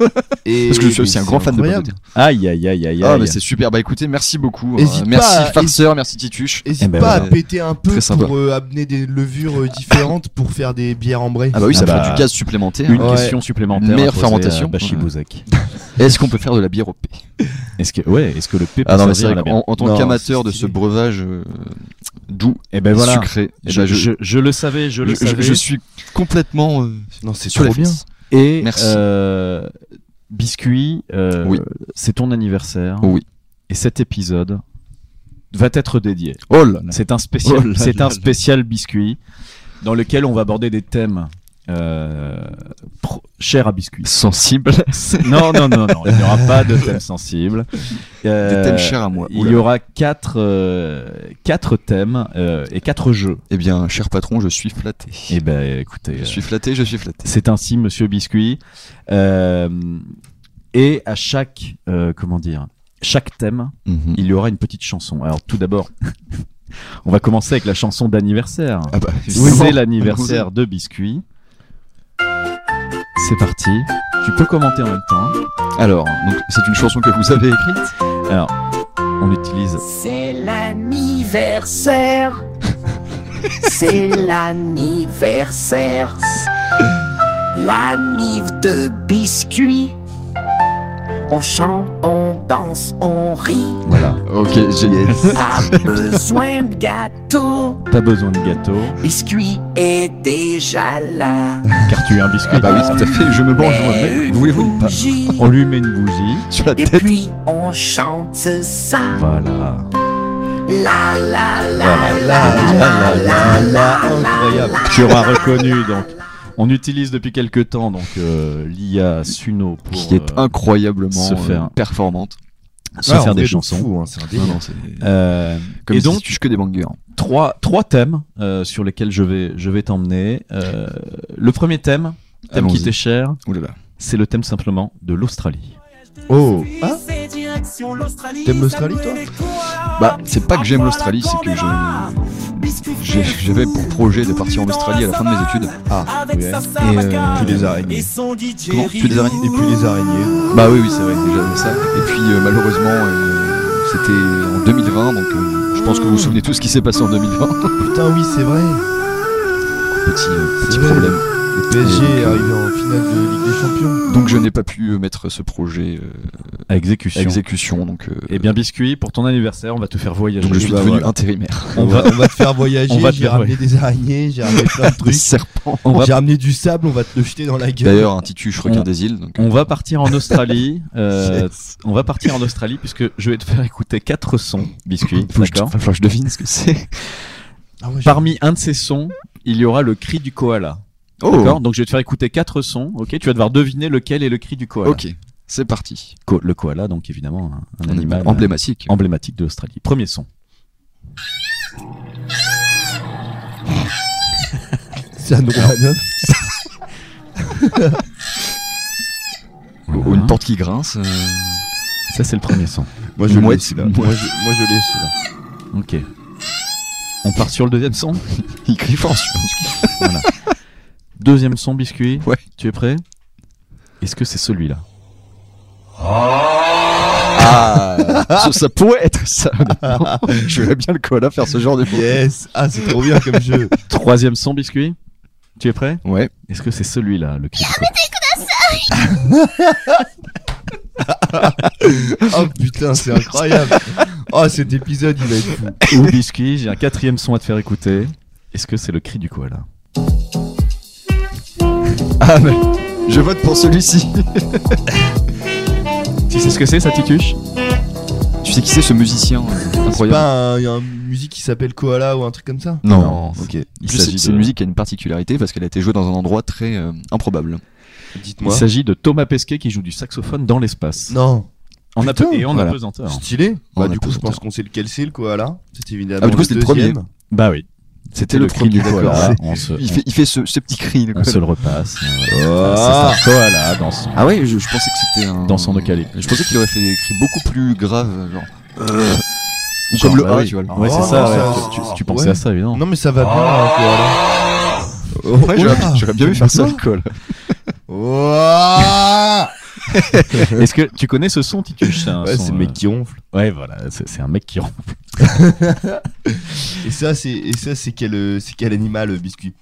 Speaker 8: Et-
Speaker 7: Parce que je suis aussi
Speaker 8: mais
Speaker 7: un grand
Speaker 8: c'est
Speaker 7: fan
Speaker 8: incroyable.
Speaker 7: de pommes de terre.
Speaker 6: Aïe aïe aïe aïe
Speaker 7: Ah,
Speaker 6: aïe.
Speaker 7: mais c'est super. Bah écoutez, merci beaucoup.
Speaker 8: Hésite pas
Speaker 7: merci
Speaker 8: à-
Speaker 7: Farceur, merci Tituche.
Speaker 8: Hésite
Speaker 6: Eh ben
Speaker 8: pas
Speaker 7: voilà.
Speaker 8: à péter un peu
Speaker 7: Très sympa.
Speaker 8: pour euh, amener des levures euh, différentes pour faire des bières ambrées.
Speaker 7: Ah bah oui,
Speaker 6: Ah
Speaker 7: ça
Speaker 6: bah,
Speaker 7: fera du gaz supplémentaire.
Speaker 6: une
Speaker 8: Ouais.
Speaker 6: question supplémentaire. à
Speaker 7: Meilleure
Speaker 6: poser à
Speaker 7: fermentation.
Speaker 6: Bachi
Speaker 7: Ouais.
Speaker 6: Bouzek.
Speaker 7: Est-ce qu'on peut faire de la bière au P
Speaker 6: Est-ce que ouais, est-ce que le P peut
Speaker 7: Ah non, mais c'est
Speaker 6: servir à la
Speaker 7: vrai
Speaker 6: bière
Speaker 7: qu'en en tant
Speaker 8: Non,
Speaker 7: qu'amateur de
Speaker 8: c'est
Speaker 7: ce
Speaker 8: stylé.
Speaker 7: breuvage euh, doux
Speaker 6: Eh ben
Speaker 7: et
Speaker 6: voilà.
Speaker 7: sucré, eh
Speaker 6: Je,
Speaker 7: ben, je,
Speaker 6: je- je le savais, je le
Speaker 7: je- je-
Speaker 6: savais.
Speaker 7: je suis complètement euh,
Speaker 8: Non, c'est
Speaker 7: sur
Speaker 8: trop
Speaker 7: les
Speaker 8: bien.
Speaker 7: fesses.
Speaker 6: Et
Speaker 7: Merci.
Speaker 6: euh, biscuit, euh,
Speaker 7: Oui.
Speaker 6: c'est ton anniversaire.
Speaker 7: Oui.
Speaker 6: Et cet épisode va t'être dédié.
Speaker 7: Oh là là.
Speaker 6: C'est un spécial,
Speaker 7: Oh là
Speaker 6: c'est
Speaker 7: là
Speaker 6: un
Speaker 7: là.
Speaker 6: spécial biscuit dans lequel on va aborder des thèmes euh, pro- chers à biscuit.
Speaker 7: Sensible.
Speaker 6: non, non, non, non, il n'y aura pas de thème sensible. Euh,
Speaker 7: Des thèmes chers à moi.
Speaker 6: Il y aura quatre, euh, quatre thèmes euh, et quatre jeux.
Speaker 7: Eh bien, cher patron, je suis flatté.
Speaker 6: Eh ben, écoutez,
Speaker 7: Je
Speaker 6: euh,
Speaker 7: suis flatté, je suis flatté.
Speaker 6: c'est ainsi, Monsieur Biscuit. Euh, et à chaque, euh, comment dire, chaque thème,
Speaker 7: Mhm.
Speaker 6: il y aura une petite chanson. Alors, tout d'abord, on va commencer avec la chanson d'anniversaire.
Speaker 7: Ah bah,
Speaker 6: C'est l'anniversaire de Biscuit. C'est parti. Tu peux commenter en même temps.
Speaker 7: Alors, donc, c'est une chanson que vous avez écrite.
Speaker 6: On utilise.
Speaker 10: C'est l'anniversaire. C'est l'anniversaire. L'anniv de biscuit. On chante, on danse, on rit.
Speaker 7: Voilà. Ok, génial.
Speaker 10: Pas besoin de gâteau.
Speaker 6: Pas besoin de gâteau,
Speaker 10: Biscuit est déjà là.
Speaker 6: car tu es un biscuit.
Speaker 7: Ah bah oui, tout à fait. Je me branche, je me remets. Voulez-vous pas
Speaker 10: Bougie.
Speaker 6: On lui met une bougie.
Speaker 7: sur la
Speaker 10: Et
Speaker 7: tête
Speaker 10: puis on chante ça.
Speaker 6: Voilà.
Speaker 10: La la la la
Speaker 6: Ah
Speaker 10: la la la.
Speaker 6: incroyable. Tu auras reconnu donc. On utilise depuis quelques temps donc euh, l'IA Suno pour
Speaker 7: qui est
Speaker 6: euh,
Speaker 7: incroyablement
Speaker 6: se
Speaker 7: euh,
Speaker 6: faire-
Speaker 7: performante.
Speaker 6: se faire des chansons.
Speaker 8: hein,
Speaker 7: Non, non, c'est-
Speaker 6: Euh,
Speaker 7: Comme
Speaker 6: et
Speaker 7: si
Speaker 6: donc
Speaker 7: tu que des bangers. hein.
Speaker 6: trois trois thèmes euh, sur lesquels je vais je vais t'emmener. Euh, le premier thème, thème qui
Speaker 7: Allons-y.
Speaker 6: t'est cher,
Speaker 7: Ouh là là.
Speaker 6: c'est le thème simplement de l'Australie.
Speaker 8: Oh Ah T'aimes l'Australie, toi
Speaker 7: Bah, c'est pas que j'aime l'Australie, c'est que je j'ai- j'avais pour projet de partir en Australie à la fin de mes études.
Speaker 8: Ah, oui. ouais.
Speaker 6: Et euh,
Speaker 8: Puis les araignées.
Speaker 7: Comment Tu es des araignées
Speaker 8: Et puis les araignées.
Speaker 7: Bah oui, oui, c'est vrai, j'avais ça. Et puis euh, malheureusement, euh, c'était en 2020, donc euh, je pense que vous vous souvenez tous ce qui s'est passé en 2020.
Speaker 8: Oh, Putain, oui, c'est vrai.
Speaker 7: Petit, euh, petit
Speaker 8: C'est vrai.
Speaker 7: problème. euh,
Speaker 8: Le PSG euh, est arrivé en finale de Ligue des Champions.
Speaker 7: Donc je n'ai pas pu euh, mettre ce projet euh,
Speaker 6: à exécution.
Speaker 7: à exécution, donc, euh,
Speaker 6: Et bien biscuit pour ton anniversaire, on va te faire voyager.
Speaker 7: donc je suis
Speaker 8: bah
Speaker 7: devenu
Speaker 8: voilà.
Speaker 7: intérimaire.
Speaker 8: On va, on va te faire voyager.
Speaker 6: On va te
Speaker 8: j'ai
Speaker 6: faire
Speaker 8: ramené des araignées, j'ai ramené plein de
Speaker 7: Des
Speaker 8: trucs.
Speaker 7: serpents.
Speaker 6: On va
Speaker 8: J'ai ramené du sable, on va te le jeter dans la gueule.
Speaker 7: D'ailleurs, un titus requin des îles. Donc,
Speaker 6: On va partir en Australie. euh, On va partir en Australie puisque je vais te faire écouter quatre sons, biscuit.
Speaker 7: faut que je,
Speaker 6: d'accord
Speaker 7: faut que je devine ce que c'est.
Speaker 8: Ah ouais, j'ai-
Speaker 6: Parmi un de ces sons, il y aura le cri du koala.
Speaker 7: Oh,
Speaker 6: D'accord Donc je vais te faire écouter quatre sons. Ok, tu vas devoir deviner lequel est le cri du koala.
Speaker 7: Ok, c'est parti.
Speaker 6: Ko- le koala, donc évidemment un, un
Speaker 7: Un
Speaker 6: animal
Speaker 7: animal
Speaker 6: euh,
Speaker 7: emblématique.
Speaker 6: emblématique de l'Australie. Premier son.
Speaker 8: c'est un Romanov.
Speaker 7: Ou une porte qui grince. euh,
Speaker 6: Ça c'est le premier son.
Speaker 8: Moi je
Speaker 7: Mouette,
Speaker 8: l'ai celui-là. Moi je, moi, je l'ai celui-là.
Speaker 6: Ok. On part sur le deuxième son.
Speaker 7: il crie fort, je pense.
Speaker 6: Deuxième son, biscuit.
Speaker 7: Ouais.
Speaker 6: Tu es prêt Est-ce que c'est celui-là
Speaker 7: Ah ça, ça pourrait être ça. honnêtement. je verrais bien le koala faire ce genre de
Speaker 8: Yes Ah, c'est trop bien comme jeu.
Speaker 6: Troisième son, biscuit. Tu es prêt
Speaker 7: Ouais.
Speaker 6: Est-ce que c'est celui-là le cri du koala
Speaker 8: Oh putain, c'est incroyable. Oh, cet épisode, il va être fou.
Speaker 6: ou biscuit, j'ai un quatrième son à te faire écouter. Est-ce que c'est le cri du koala
Speaker 7: Ah, mais je vote pour celui-ci.
Speaker 6: Tu sais ce que c'est, ça tituche
Speaker 7: tu sais qui c'est ce musicien euh,
Speaker 8: C'est
Speaker 7: incroyable
Speaker 8: pas un, il y a une musique qui s'appelle Koala ou un truc comme ça
Speaker 7: Non.
Speaker 8: Ok,
Speaker 7: En
Speaker 6: Il
Speaker 7: plus,
Speaker 6: s'agit
Speaker 7: C'est c'est
Speaker 6: de-
Speaker 7: une musique qui a une particularité parce qu'elle a été jouée dans un endroit très euh, improbable.
Speaker 6: Il
Speaker 8: dites-moi.
Speaker 6: s'agit de Thomas Pesquet qui joue du saxophone dans l'espace.
Speaker 8: Non,
Speaker 6: En ape-
Speaker 8: Putain,
Speaker 6: et en
Speaker 7: voilà.
Speaker 6: apesanteur.
Speaker 8: stylé. Bah,
Speaker 7: On
Speaker 8: du
Speaker 7: a
Speaker 8: coup, je
Speaker 7: pesanteur.
Speaker 8: pense qu'on sait lequel c'est le Koala. C'est évidemment.
Speaker 7: Ah, du coup, c'était le
Speaker 8: deuxième.
Speaker 6: Bah oui.
Speaker 7: C'était le,
Speaker 6: cri
Speaker 7: premier
Speaker 6: du
Speaker 7: d'accord.
Speaker 6: koala.
Speaker 7: C'est-
Speaker 6: On se,
Speaker 7: Il fait, il fait ce, ce petit cri. le
Speaker 6: on se
Speaker 7: koala.
Speaker 6: le repasse.
Speaker 8: Ah,
Speaker 6: c'est un koala dans son-
Speaker 7: Ah ouais, je, je pensais que c'était un.
Speaker 6: Dans son ocalé.
Speaker 7: Je pensais qu'il aurait fait des cris beaucoup plus graves, genre. euh, Ou
Speaker 6: Genre,
Speaker 7: comme le
Speaker 6: bah
Speaker 7: A,
Speaker 6: oui.
Speaker 7: tu vois. le-
Speaker 6: Ouais, c'est
Speaker 8: Oh,
Speaker 6: ça.
Speaker 8: non,
Speaker 6: ouais.
Speaker 8: ça-
Speaker 6: Tu, tu- tu pensais
Speaker 8: ouais.
Speaker 6: à ça, évidemment.
Speaker 8: Non, mais ça va bien, un Koala. Oh,
Speaker 7: Ouais,
Speaker 8: là.
Speaker 7: j'aurais- j'aurais bien vu faire ça, le koala. Ah,
Speaker 8: Ouah.
Speaker 6: Est-ce que tu connais ce son, Tituche un
Speaker 8: Ouais,
Speaker 6: son,
Speaker 8: c'est le mec qui ronfle.
Speaker 6: euh, Ouais, voilà, c'est c'est un mec qui ronfle.
Speaker 8: Et ça, c'est et ça, c'est quel, euh, c'est quel animal, euh, biscuit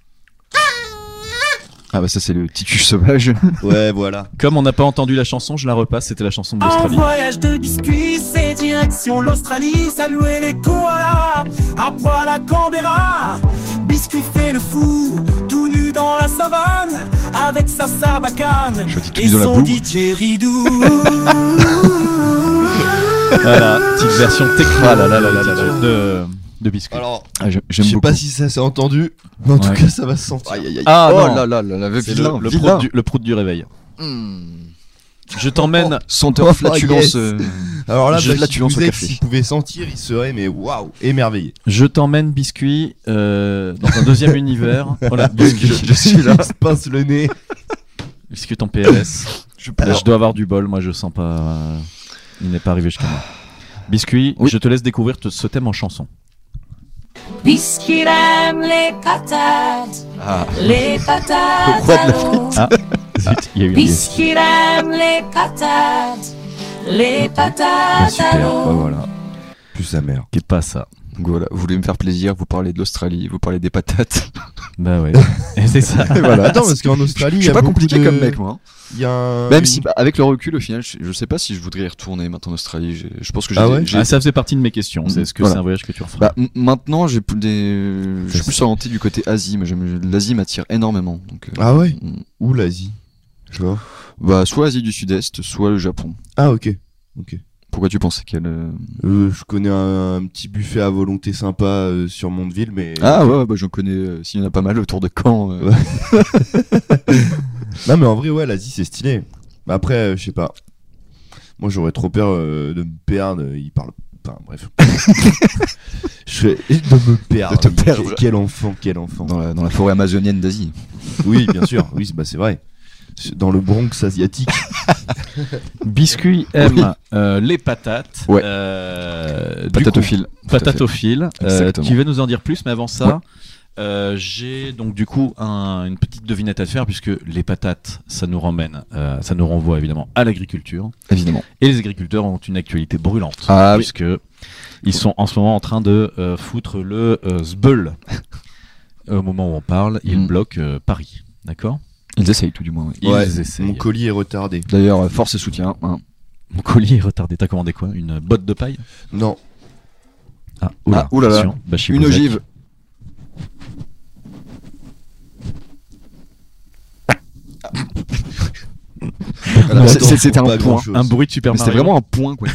Speaker 7: Ah bah ça c'est le titus sauvage.
Speaker 8: Ouais, voilà.
Speaker 6: Comme on n'a pas entendu la chanson, je la repasse. C'était la chanson de
Speaker 10: Ah,
Speaker 6: l'Australie.
Speaker 10: voyage de biscuits, c'est direction l'Australie. Saluer les koalas, à poil à Canberra. Biscuit fait le fou, tout nu dans la savane, avec sa sabacane
Speaker 7: Je dis tout dans la boue.
Speaker 6: Voilà, petite version Tekra Ah là, là, là, là, là, là, de, de biscuit.
Speaker 8: Alors,
Speaker 7: Ah, je-
Speaker 8: je
Speaker 7: J'aime
Speaker 8: sais
Speaker 7: beaucoup.
Speaker 8: pas si ça s'est entendu, mais en tout
Speaker 6: Ouais.
Speaker 8: cas, ça va se sentir.
Speaker 7: Aïe, aïe, aïe.
Speaker 6: Ah,
Speaker 7: oh
Speaker 6: non.
Speaker 7: là là là là,
Speaker 6: C'est
Speaker 7: vilain,
Speaker 6: le, le
Speaker 7: vilain.
Speaker 6: prout du, le prout du réveil.
Speaker 7: Hmm.
Speaker 6: Je t'emmène.
Speaker 7: Senteur
Speaker 8: Oh,
Speaker 7: flatulence.
Speaker 8: yes.
Speaker 7: euh,
Speaker 8: Alors là,
Speaker 7: J'ai de
Speaker 8: bah,
Speaker 7: la
Speaker 8: si
Speaker 7: tulance
Speaker 8: vous
Speaker 7: au
Speaker 8: êtes,
Speaker 7: café.
Speaker 8: s'il pouvait sentir, il serait, mais waouh, émerveillé.
Speaker 6: Je t'emmène biscuit euh, dans un deuxième univers. Voilà, biscuit,
Speaker 7: je, je suis là.
Speaker 8: Il se pince le nez.
Speaker 6: biscuit en PLS.
Speaker 7: Je
Speaker 6: Là, je dois avoir du bol. Moi, je sens pas. euh, il n'est pas arrivé jusqu'à moi. Biscuit,
Speaker 7: Oui.
Speaker 6: je te laisse découvrir te- ce thème en chanson.
Speaker 4: Puisqu'il aime les patates,
Speaker 7: Ah, Le roi
Speaker 4: les
Speaker 7: de
Speaker 4: patates
Speaker 7: la
Speaker 4: à l'eau.
Speaker 6: Zut, il y a eu un biais.
Speaker 4: Puisqu'il aime les patates, les
Speaker 6: Ah,
Speaker 4: patates à
Speaker 6: Super, bah
Speaker 4: l'eau.
Speaker 6: voilà.
Speaker 8: Plus sa mère.
Speaker 6: Qui est pas ça.
Speaker 7: Donc voilà, vous voulez me faire plaisir, vous parlez de l'Australie, vous parlez des patates.
Speaker 6: Bah ouais. c'est ça.
Speaker 8: Et voilà. Attends, parce qu'en Australie,
Speaker 7: Je
Speaker 8: il y
Speaker 7: suis
Speaker 8: a
Speaker 7: pas
Speaker 8: beaucoup
Speaker 7: compliqué
Speaker 8: de-
Speaker 7: comme mec, moi. hein.
Speaker 8: Il y a un-
Speaker 7: Même
Speaker 8: une-
Speaker 7: si, bah, avec le recul, au final, je, je sais pas si je voudrais y retourner maintenant en Australie. J'ai- Je pense que j'ai.
Speaker 8: Ah ouais
Speaker 7: j'ai-
Speaker 6: Ah, ça faisait partie de mes questions. C'est Est-ce que
Speaker 7: Voilà.
Speaker 6: c'est un voyage que tu referas
Speaker 7: Bah, m- maintenant, j'ai plus des. Je
Speaker 6: Ça,
Speaker 7: suis plus orienté du côté Asie, mais j'aime- l'Asie m'attire énormément. Donc, euh,
Speaker 8: Ah ouais
Speaker 7: Mm.
Speaker 8: Ou l'Asie. Je vois.
Speaker 7: bah, soit Asie du Sud-Est, soit le Japon.
Speaker 8: Ah ok.
Speaker 7: Pourquoi tu pensais qu'elle. euh,
Speaker 8: Euh, je connais un, un petit buffet à volonté sympa euh, sur Mondeville, mais.
Speaker 7: Ah ouais, ouais, bah, j'en connais. euh, S'il y en a pas mal autour de Caen. euh,
Speaker 8: Ouais. Non, mais en vrai, ouais, l'Asie, c'est stylé. Mais après, euh, je sais pas. Moi, j'aurais trop peur euh, de me perdre. Il parle. Enfin, bref. je serais... De me perdre.
Speaker 7: De te perdre.
Speaker 8: Quel enfant, quel enfant.
Speaker 7: Dans la, dans la forêt amazonienne d'Asie.
Speaker 8: Oui, bien sûr. Oui, c'est- bah, c'est vrai. C'est Dans le Bronx asiatique.
Speaker 6: Biscuit aime euh, les patates.
Speaker 7: Ouais.
Speaker 6: Euh, du
Speaker 7: Patate au
Speaker 6: coup,
Speaker 7: fil.
Speaker 6: Patatophile.
Speaker 7: fait.
Speaker 6: Euh,
Speaker 7: Exactement.
Speaker 6: tu vas nous en dire plus, mais avant ça,
Speaker 7: Ouais.
Speaker 6: euh, j'ai donc du coup un- une petite devinette à te faire, puisque les patates, ça nous ramène, euh, ça nous renvoie évidemment à l'agriculture.
Speaker 7: Évidemment.
Speaker 6: Et les agriculteurs ont une actualité brûlante,
Speaker 7: Ah oui.
Speaker 6: puisque ils sont en ce moment en train de euh, foutre le euh, sbeul. Au moment où on parle, ils
Speaker 7: Mm.
Speaker 6: bloquent euh, Paris. D'accord
Speaker 7: Ils essayent tout du moins. oui.
Speaker 6: Ils
Speaker 8: Ouais,
Speaker 6: essayent.
Speaker 8: Mon colis est retardé.
Speaker 7: D'ailleurs, euh, force et soutien. hein.
Speaker 6: Mon colis est retardé. T'as commandé quoi Une botte de paille
Speaker 8: Non.
Speaker 6: Ah, Bah,
Speaker 7: Ah, oulala.
Speaker 6: attention, Bachir
Speaker 7: Une
Speaker 6: Bozek.
Speaker 7: ogive.
Speaker 8: Alors,
Speaker 7: c'est-
Speaker 8: attends,
Speaker 7: c'était
Speaker 8: je comprends
Speaker 7: un
Speaker 8: pas
Speaker 7: point.
Speaker 8: grand-chose.
Speaker 6: Un bruit de Super
Speaker 7: Mais c'était
Speaker 6: Mario.
Speaker 7: vraiment un point, quoi.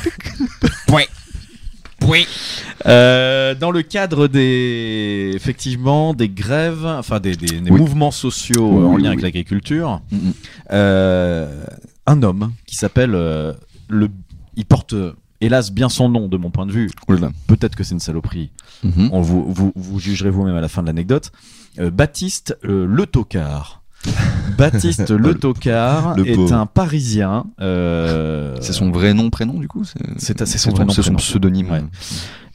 Speaker 6: Euh, dans le cadre des effectivement des grèves, enfin des, des- des
Speaker 7: Oui.
Speaker 6: mouvements sociaux
Speaker 7: Oui,
Speaker 6: euh, en
Speaker 7: oui,
Speaker 6: lien avec
Speaker 7: oui.
Speaker 6: l'agriculture,
Speaker 7: Mhm.
Speaker 6: euh, un homme qui s'appelle euh, le, il porte euh, hélas bien son nom de mon point de vue.
Speaker 7: Oulala.
Speaker 6: Peut-être que c'est une saloperie.
Speaker 7: Mhm.
Speaker 6: On vous, vous, vous jugerez vous-même à la fin de l'anecdote. Euh, Baptiste euh, Le Tocard. Baptiste Le Tocard
Speaker 8: Le
Speaker 6: est
Speaker 8: pauvre.
Speaker 6: un Parisien. euh,
Speaker 7: C'est son vrai nom, prénom, du coup C'est
Speaker 6: c'est c'est
Speaker 7: c'est
Speaker 6: son vrai nom,
Speaker 7: c'est son
Speaker 6: prénom.
Speaker 7: pseudonyme.
Speaker 6: Ouais.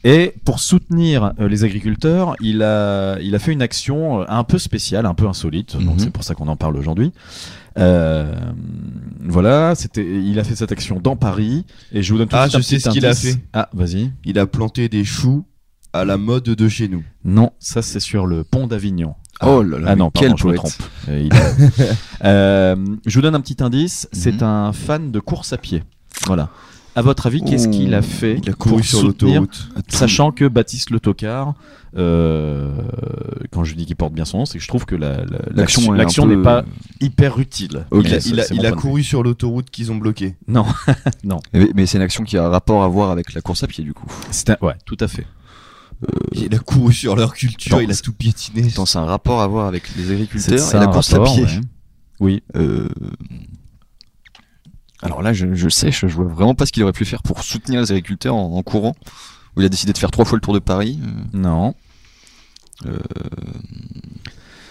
Speaker 6: Et pour soutenir euh, les agriculteurs, il a, il a fait une action euh, un peu spéciale, un peu insolite.
Speaker 7: Mhm.
Speaker 6: Donc c'est pour ça qu'on en parle aujourd'hui. Euh, voilà, c'était, il a fait cette action dans Paris. Et je vous donne tout de
Speaker 8: Ah,
Speaker 6: suite un
Speaker 8: je sais
Speaker 6: petit
Speaker 8: ce qu'il a
Speaker 6: indice.
Speaker 8: fait.
Speaker 6: Ah, vas-y.
Speaker 8: Il a planté des choux à la mode de chez nous.
Speaker 6: Non, ça c'est sur le pont d'Avignon.
Speaker 7: Oh
Speaker 8: Euh,
Speaker 7: là là,
Speaker 6: ah
Speaker 7: mais
Speaker 6: non,
Speaker 7: quel
Speaker 6: pardon, je me
Speaker 7: poète.
Speaker 6: trompe. Euh, il a- Euh, je vous donne un petit indice. C'est
Speaker 7: Mhm.
Speaker 6: un fan de course à pied. Voilà. À votre avis, qu'est-ce
Speaker 7: Oh,
Speaker 6: qu'il a fait
Speaker 8: Il a couru
Speaker 6: pour
Speaker 8: sur
Speaker 6: soutenir
Speaker 8: l'autoroute.
Speaker 6: Sachant que Baptiste Le Tocard, euh, quand je dis qu'il porte bien son nom, c'est que je trouve que la- la-
Speaker 7: L'action est
Speaker 6: l'action
Speaker 7: un
Speaker 6: l'action
Speaker 7: peu-
Speaker 6: n'est pas hyper utile.
Speaker 7: Ok.
Speaker 8: Il a,
Speaker 6: Mais
Speaker 8: il a-
Speaker 6: c'est
Speaker 8: il
Speaker 6: mon
Speaker 8: a
Speaker 6: point de vue.
Speaker 8: couru sur l'autoroute qu'ils ont bloquée.
Speaker 6: Non,
Speaker 7: Mais, mais c'est une action qui a un rapport à voir avec la course à pied, du coup.
Speaker 6: c'est un- ouais, tout à fait.
Speaker 7: Euh,
Speaker 8: Il a couru sur leur culture.
Speaker 7: Attends,
Speaker 8: il a tout piétiné.
Speaker 7: Attends, c'est un rapport à voir avec les
Speaker 6: C'est
Speaker 7: agriculteurs
Speaker 6: ça
Speaker 7: et la
Speaker 6: un
Speaker 7: course à
Speaker 6: rapport,
Speaker 7: pied.
Speaker 6: ouais. Oui,
Speaker 7: Euh, Alors là, je, je sèche, je vois vraiment pas ce qu'il aurait pu faire pour soutenir les agriculteurs en, en courant. Où il a décidé de faire trois fois le tour de Paris. Euh,
Speaker 6: non. Euh,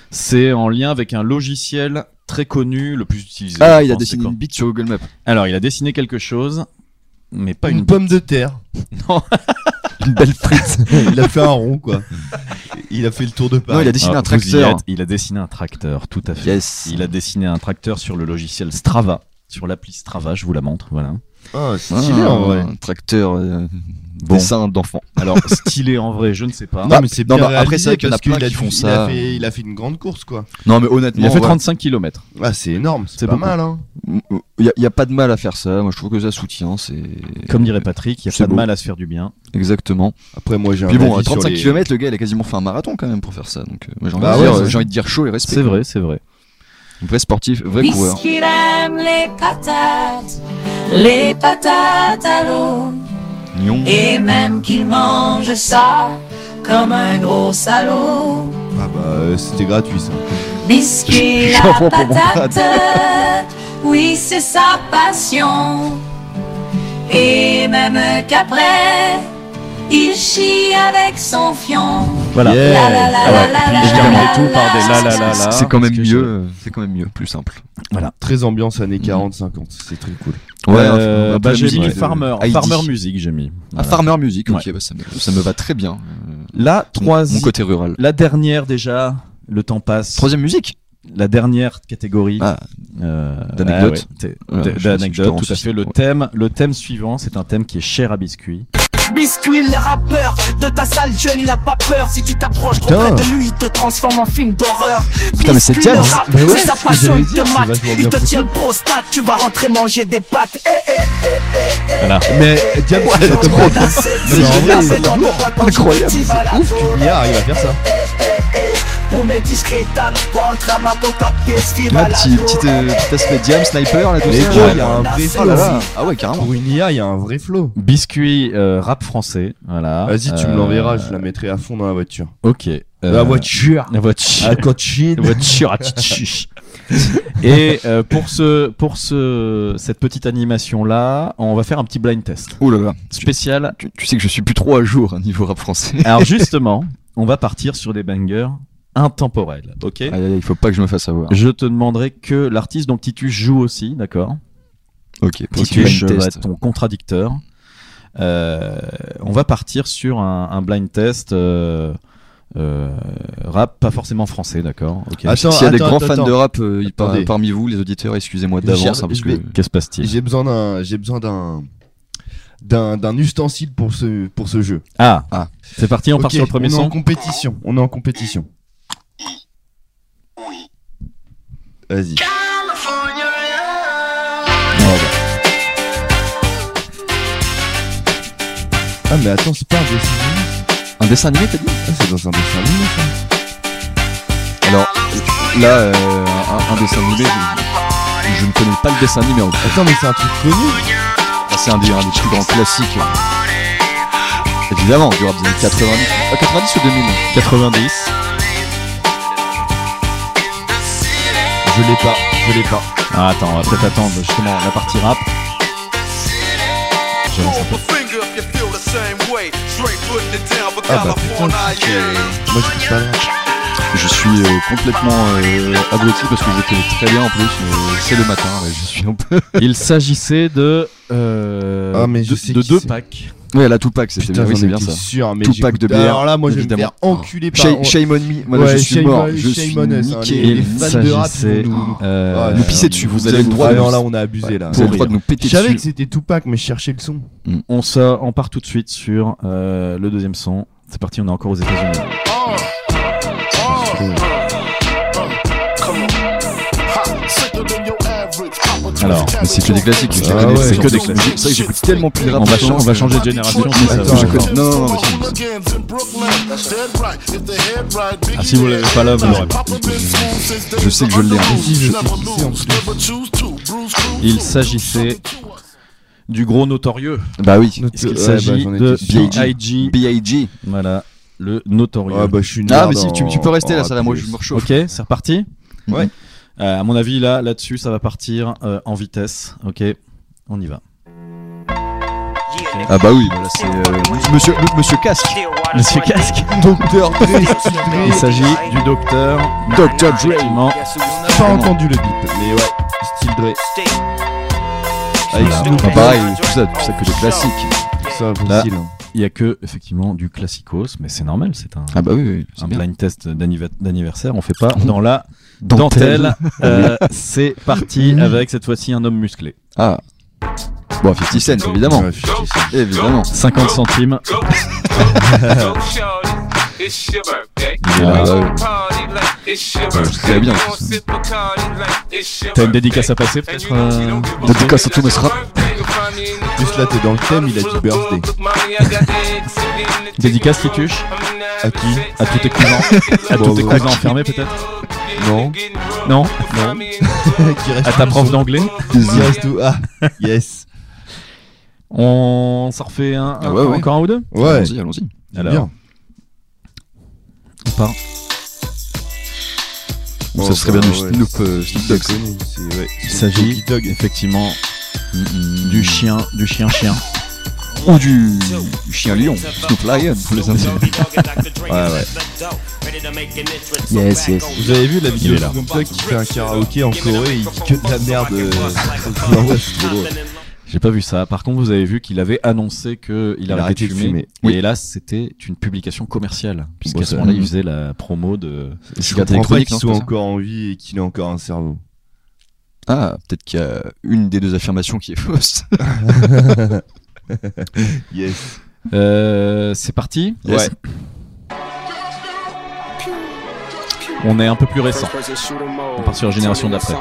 Speaker 6: C'est en lien avec un logiciel très connu, le plus utilisé.
Speaker 7: Ah,
Speaker 6: je
Speaker 7: il a
Speaker 6: pense,
Speaker 7: dessiné
Speaker 6: c'est
Speaker 7: une
Speaker 6: quoi
Speaker 7: bite sur Google Maps.
Speaker 6: Alors, il a dessiné quelque chose, mais pas une.
Speaker 8: une pomme de terre.
Speaker 7: Une belle frite.
Speaker 8: il a fait un rond, quoi. Il a fait le tour de
Speaker 7: non, il
Speaker 8: Paris.
Speaker 7: a dessiné
Speaker 6: Ah,
Speaker 7: un
Speaker 6: vous y
Speaker 7: tracteur.
Speaker 6: êtes, il a dessiné un tracteur, tout à fait.
Speaker 7: Yes.
Speaker 6: Il a dessiné un tracteur sur le logiciel Strava, sur l'appli Strava. Je vous la montre, voilà.
Speaker 8: Ah, c'est
Speaker 7: Ah,
Speaker 8: stylé, en vrai.
Speaker 7: Un tracteur, euh,
Speaker 6: Bon.
Speaker 7: dessin d'enfant.
Speaker 6: Alors, stylé en vrai, je ne sais pas.
Speaker 8: Non, mais c'est
Speaker 7: non,
Speaker 8: bien
Speaker 7: mais après, c'est vrai
Speaker 8: réalisé
Speaker 7: qu'il y en a
Speaker 8: parce qu'il
Speaker 7: plein
Speaker 8: a
Speaker 7: qui font
Speaker 8: il
Speaker 7: ça.
Speaker 8: a fait- Il a fait une grande course, quoi.
Speaker 7: Non, mais
Speaker 6: Il
Speaker 7: honnêtement,
Speaker 6: a fait
Speaker 7: voilà.
Speaker 6: 35 km.
Speaker 8: Ah, c'est énorme.
Speaker 6: C'est
Speaker 8: C'est pas
Speaker 6: beaucoup.
Speaker 8: mal, hein.
Speaker 7: Il n'y a, pas de mal à faire ça. Moi, je trouve que ça soutient. C'est
Speaker 6: Comme dirait Patrick, il n'y a
Speaker 7: C'est
Speaker 6: pas de
Speaker 7: beau.
Speaker 6: mal à se faire du bien.
Speaker 7: exactement.
Speaker 8: Après, moi, j'ai un
Speaker 7: Puis bon,
Speaker 8: avis
Speaker 7: à
Speaker 8: sur
Speaker 7: 35
Speaker 8: les-
Speaker 7: km, le gars, il a quasiment fait un marathon quand même pour faire ça. Donc, euh, moi, j'ai envie,
Speaker 8: Bah
Speaker 7: de
Speaker 8: ouais,
Speaker 7: dire,
Speaker 8: c'est-
Speaker 7: euh, j'ai envie de dire chaud et respect.
Speaker 6: C'est vrai, c'est vrai.
Speaker 7: Vrai sportif, vrai coureur.
Speaker 4: Puisqu'il aime les patates, les patates à l'eau,
Speaker 7: Nyon.
Speaker 4: et même qu'il mange ça comme un gros salaud.
Speaker 8: Ah bah, euh, c'était gratuit, ça.
Speaker 4: Biscuit
Speaker 7: J'en prends
Speaker 4: la
Speaker 7: pour mon
Speaker 4: patate, oui c'est sa passion. Et même qu'après, il chie avec son fion.
Speaker 6: Voilà.
Speaker 8: Yeah.
Speaker 4: La la la
Speaker 6: Ah ouais,
Speaker 4: la la
Speaker 6: puis
Speaker 4: la
Speaker 6: je termine
Speaker 4: la
Speaker 6: tout par
Speaker 4: la
Speaker 6: des
Speaker 4: la
Speaker 6: la la la
Speaker 4: la.
Speaker 6: la.
Speaker 7: C'est quand même
Speaker 6: Parce que
Speaker 7: mieux. euh, C'est quand même mieux, plus simple.
Speaker 8: Très ambiance années
Speaker 7: Mhm.
Speaker 8: 40-50. C'est très cool.
Speaker 6: je-
Speaker 7: un peu-
Speaker 6: Euh,
Speaker 7: un peu
Speaker 6: bah,
Speaker 7: la
Speaker 6: j'ai
Speaker 7: musique
Speaker 6: mis
Speaker 7: de
Speaker 6: Farmer,
Speaker 7: Heidi.
Speaker 6: Farmer Music, j'ai mis.
Speaker 7: Ah,
Speaker 6: Voilà.
Speaker 7: Farmer Music, ok,
Speaker 6: Ouais.
Speaker 7: bah, ça, me, ça me va très bien. Euh,
Speaker 6: La
Speaker 7: mon- Mon
Speaker 6: troisième,
Speaker 7: côté rural.
Speaker 6: la dernière déjà. Le temps passe.
Speaker 7: Troisième musique
Speaker 6: La dernière catégorie
Speaker 7: Ah.
Speaker 6: euh,
Speaker 7: D'anecdotes.
Speaker 6: ah ouais, t'es-
Speaker 7: Voilà,
Speaker 6: d-
Speaker 7: je- je te
Speaker 6: d'anecdotes.
Speaker 7: rends
Speaker 6: Tout à
Speaker 7: ceci.
Speaker 6: fait. Le
Speaker 7: Ouais.
Speaker 6: thème, le thème suivant, c'est un thème qui est cher à Biscuit.
Speaker 10: biscuit, le rappeur de ta salle jeune, il a pas peur. Si tu t'approches trop près
Speaker 8: Putain.
Speaker 10: de lui, il te transforme en film d'horreur.
Speaker 7: Putain, mais c'est
Speaker 10: Biscuit, le
Speaker 7: Diaz.
Speaker 10: rap,
Speaker 8: Bah ouais,
Speaker 10: c'est sa
Speaker 8: c'est ce que
Speaker 10: passion,
Speaker 8: j'allais
Speaker 10: il te
Speaker 8: dire, c'est
Speaker 10: mate.
Speaker 8: vachement
Speaker 10: Il
Speaker 8: bien
Speaker 10: te
Speaker 8: foutu.
Speaker 10: tient le prostate, tu vas rentrer manger des pâtes. Eh, eh,
Speaker 6: Voilà.
Speaker 8: Mais
Speaker 7: euh,
Speaker 8: Diable, c'est
Speaker 10: dans
Speaker 8: trop
Speaker 10: le tas, c'est-
Speaker 8: mais en vrai,
Speaker 10: là,
Speaker 8: c'est
Speaker 10: c'est dans le droit quand tu
Speaker 7: incroyable,
Speaker 10: t'y vas, là.
Speaker 8: ouf qu'une IA arrive à faire ça.
Speaker 10: Pour mes discrets, t'as le droit, le drama, ton cap, qu'est-ce qui va
Speaker 7: Là,
Speaker 10: là,
Speaker 7: petit, petit, euh, petit aspect Diam, sniper, là, tout
Speaker 8: Mais
Speaker 7: ça.
Speaker 8: gros,
Speaker 7: Ouais.
Speaker 8: il y a un vrai
Speaker 7: Ah là là.
Speaker 8: flow.
Speaker 7: Ah ouais, carrément.
Speaker 8: Pour une IA, il y a un vrai flow.
Speaker 6: Biscuit euh, rap français, voilà.
Speaker 8: Vas-y, tu me
Speaker 6: Euh,
Speaker 8: l'enverras, je la mettrai à fond dans la voiture.
Speaker 6: Ok.
Speaker 8: La
Speaker 6: Euh,
Speaker 8: voiture Ah.
Speaker 6: La voiture.
Speaker 8: à coacher.
Speaker 6: La voiture ah, à tchitchi. Et euh, pour ce, pour ce, cette petite animation là, on va faire un petit blind test
Speaker 7: Ouh là là.
Speaker 6: spécial.
Speaker 7: Tu, tu sais que je suis plus trop à jour hein, niveau rap français.
Speaker 6: Alors justement, on va partir sur des bangers intemporels, ok
Speaker 7: Aïe, aïe, aïe, il faut pas que je me fasse avoir.
Speaker 6: Je te demanderai que l'artiste, donc Titus, joue aussi, d'accord
Speaker 7: Ok,
Speaker 6: Titus, je
Speaker 7: blind
Speaker 6: vais
Speaker 7: test.
Speaker 6: être ton contradicteur. Euh, on va partir sur un, un blind test euh, euh, rap, pas forcément français, d'accord Ok.
Speaker 8: Attends,
Speaker 7: S'il y a des
Speaker 8: attends,
Speaker 7: grands
Speaker 8: attends,
Speaker 7: fans de
Speaker 8: attends.
Speaker 7: rap euh, par-
Speaker 8: Attendez.
Speaker 7: parmi vous, les auditeurs, excusez-moi
Speaker 8: Je
Speaker 7: d'avance,
Speaker 8: cherche-
Speaker 7: hein, parce
Speaker 8: je
Speaker 7: que
Speaker 8: vais-
Speaker 6: Que se passe-t-il
Speaker 8: J'ai besoin d'un, j'ai besoin d'un, d'un, d'un ustensile pour ce, pour ce jeu.
Speaker 6: Ah,
Speaker 7: Ah.
Speaker 6: c'est parti, on part
Speaker 8: Ok,
Speaker 6: sur le premier
Speaker 8: on est en
Speaker 6: son.
Speaker 8: compétition. On est en compétition. Vas-y. Ah mais attends, c'est pas un dessin animé
Speaker 7: un dessin animé, t'as dit
Speaker 8: Ah, c'est dans un dessin animé ça.
Speaker 7: Alors là, euh, un, un dessin animé, je, je ne connais pas le dessin animé. en fait.
Speaker 8: Attends mais c'est un truc connu
Speaker 7: Ah, C'est un des, un des plus grands classiques. euh. Évidemment, du rap des années 90. Ah, 90 ou 2000
Speaker 6: 90.
Speaker 8: Je l'ai pas, je l'ai pas.
Speaker 6: Ah, attends, on va peut-être attendre justement la partie rap. Je lance un peu.
Speaker 8: Ah bah putain, c'est- moi je pas là.
Speaker 7: Je suis euh, complètement euh, abruti parce que je connais très bien en plus. mais C'est le matin, ouais, je suis un peu.
Speaker 6: Il s'agissait de, euh,
Speaker 8: Ah, mais je
Speaker 6: de,
Speaker 8: sais
Speaker 6: de
Speaker 8: qui
Speaker 6: deux
Speaker 8: c'est.
Speaker 6: packs.
Speaker 7: Ouais, la Tupac, c'était bien,
Speaker 8: Putain,
Speaker 7: oui, c'est bien
Speaker 8: j'en étais
Speaker 7: ça.
Speaker 8: sûr, mais
Speaker 7: Tupac
Speaker 8: j'écoute-
Speaker 7: de bière,
Speaker 8: Alors là, moi je vais me
Speaker 7: évidemment.
Speaker 8: faire enculer par.
Speaker 7: Sha- Shame on me, moi là, je
Speaker 8: Ouais,
Speaker 7: suis
Speaker 8: shame
Speaker 7: mort,
Speaker 8: on-
Speaker 7: je
Speaker 8: shame
Speaker 7: suis
Speaker 8: on us, hein,
Speaker 7: niqué.
Speaker 8: les- les
Speaker 6: Il
Speaker 8: fans de rap,
Speaker 6: s'agissait.
Speaker 8: ils vont nous-
Speaker 6: euh,
Speaker 8: Ouais,
Speaker 7: nous pisser dessus, vous avez le droit
Speaker 8: Ah
Speaker 7: de-
Speaker 8: non, là on a abusé là.
Speaker 7: Vous avez le
Speaker 6: Pour
Speaker 7: droit de nous péter
Speaker 8: Je savais que
Speaker 7: dessus.
Speaker 8: c'était Tupac, mais je cherchais le son.
Speaker 6: On, sort, on part tout de suite sur euh, le deuxième son. C'est parti, on est encore aux États-Unis. Alors,
Speaker 7: Mais c'est que des
Speaker 6: Euh,
Speaker 7: classiques, je les
Speaker 8: Ah
Speaker 7: connais,
Speaker 8: ouais.
Speaker 7: c'est que des classiques. C'est vrai que j'écoute tellement plus de rap.
Speaker 6: on va, cha-
Speaker 7: maintenant,
Speaker 6: on va changer de génération.
Speaker 7: Attends,
Speaker 6: c'est ça.
Speaker 7: attends, je connais- Non, non, non, mais c'est-
Speaker 6: Ah, si vous l'avez pas là, vous l'aurez pas.
Speaker 7: je sais que je l'ai. hein.
Speaker 6: Il s'agissait du gros notorieux.
Speaker 7: Bah oui.
Speaker 8: Notre-
Speaker 6: Il
Speaker 8: Ouais,
Speaker 6: s'agit
Speaker 8: bah, j'en
Speaker 6: de
Speaker 8: étais sûr.
Speaker 6: B.I.G.
Speaker 7: B.I.G.
Speaker 6: Voilà, le notorieux.
Speaker 8: Ah bah je suis une
Speaker 7: Ah,
Speaker 8: merde hein. Oh,
Speaker 7: mais si, tu,
Speaker 8: en-
Speaker 7: tu peux rester
Speaker 8: en
Speaker 7: là, ça va, moi
Speaker 8: rap,
Speaker 7: je me rechauffe.
Speaker 6: Ok, c'est reparti
Speaker 8: Ouais.
Speaker 6: Euh, à mon avis, là, là-dessus, ça va partir euh, en vitesse. Ok, on y va.
Speaker 7: Ah bah oui, bah là, c'est euh, Monsieur, Monsieur Casque.
Speaker 6: Monsieur Casque
Speaker 8: Docteur Dre, Dr.
Speaker 6: Il
Speaker 8: Dre.
Speaker 6: s'agit du docteur
Speaker 7: Dr. Dre.
Speaker 6: Effectivement,
Speaker 8: J'ai pas entendu le beat, mais ouais, style Dre. Avec
Speaker 6: Voilà.
Speaker 8: Snoop,
Speaker 7: Ah pareil, tout ça, tout ça que des classiques.
Speaker 8: ça,
Speaker 6: Là.
Speaker 8: facile. hein.
Speaker 6: il y a que effectivement du classicos, mais c'est normal, c'est un,
Speaker 7: Ah bah oui, oui,
Speaker 6: un
Speaker 7: c'est bien.
Speaker 6: blind test d'anniv- d'anniversaire. On fait pas dans la dentelle. Euh, c'est parti avec cette fois-ci un homme musclé.
Speaker 7: Ah. Bon, 50 Cent, évidemment.
Speaker 8: Ouais, je-
Speaker 7: Évidemment.
Speaker 6: 50 centimes.
Speaker 7: Ah, bah oui. Très bien.
Speaker 6: T'as une dédicace à passer peut-être euh,
Speaker 7: Dédicace à Thomas Rap.
Speaker 8: Juste là, t'es dans le thème, il a dit birthday.
Speaker 6: Dédicace qui touche
Speaker 8: À qui
Speaker 6: à tous tes cousins, à tous
Speaker 8: Bon,
Speaker 6: tes
Speaker 8: bah,
Speaker 6: cousins
Speaker 8: à qui
Speaker 6: enfermés peut-être
Speaker 8: Non,
Speaker 6: Non
Speaker 8: qui reste
Speaker 6: À ta prof d'anglais
Speaker 8: qui reste où Ah, yes.
Speaker 6: On s'en refait un,
Speaker 7: Ah ouais, ouais.
Speaker 6: encore un ou deux
Speaker 8: Ouais,
Speaker 7: Allons-y, allons-y.
Speaker 8: c'est
Speaker 6: Alors,
Speaker 8: bien.
Speaker 6: on part.
Speaker 8: Bon,
Speaker 7: ça serait
Speaker 8: bah,
Speaker 7: bien du
Speaker 8: ouais,
Speaker 7: Snoop, euh, Snoop
Speaker 8: c'est
Speaker 7: Dogg. ça.
Speaker 8: connu, c'est- ouais,
Speaker 6: Il
Speaker 8: c'est
Speaker 6: s'agit
Speaker 8: Doggy Dogg.
Speaker 6: effectivement du chien, du chien chien.
Speaker 7: Ou du, du chien lion. Snoop Lion, pour les intimes.
Speaker 11: Yes, yes.
Speaker 8: Vous avez vu la vidéo
Speaker 6: est
Speaker 8: de
Speaker 6: là.
Speaker 8: Snoop Dogg qui fait un karaoké en Corée, il dit que de la merde. euh, Non, ouais, c'est trop drôle.
Speaker 6: J'ai pas vu ça. Par contre, vous avez vu qu'il avait annoncé que il arrêtait de fumer.
Speaker 7: Oui.
Speaker 6: Et là, c'était une publication commerciale, puisqu'à
Speaker 7: Bon,
Speaker 6: ce
Speaker 7: ça-
Speaker 6: moment-là, il faisait la promo de.
Speaker 8: Je
Speaker 7: Cigarette
Speaker 8: comprends pas
Speaker 7: électronique,
Speaker 8: qu'il
Speaker 7: non, c'est pas
Speaker 8: soit
Speaker 7: ça
Speaker 8: encore en vie et qu'il ait encore un cerveau.
Speaker 7: Ah, peut-être qu'il y a une des deux affirmations qui est fausse.
Speaker 8: Yes.
Speaker 6: Euh, c'est parti.
Speaker 7: Yes.
Speaker 6: On est un peu plus récent.
Speaker 12: On
Speaker 6: On part sur la génération d'après.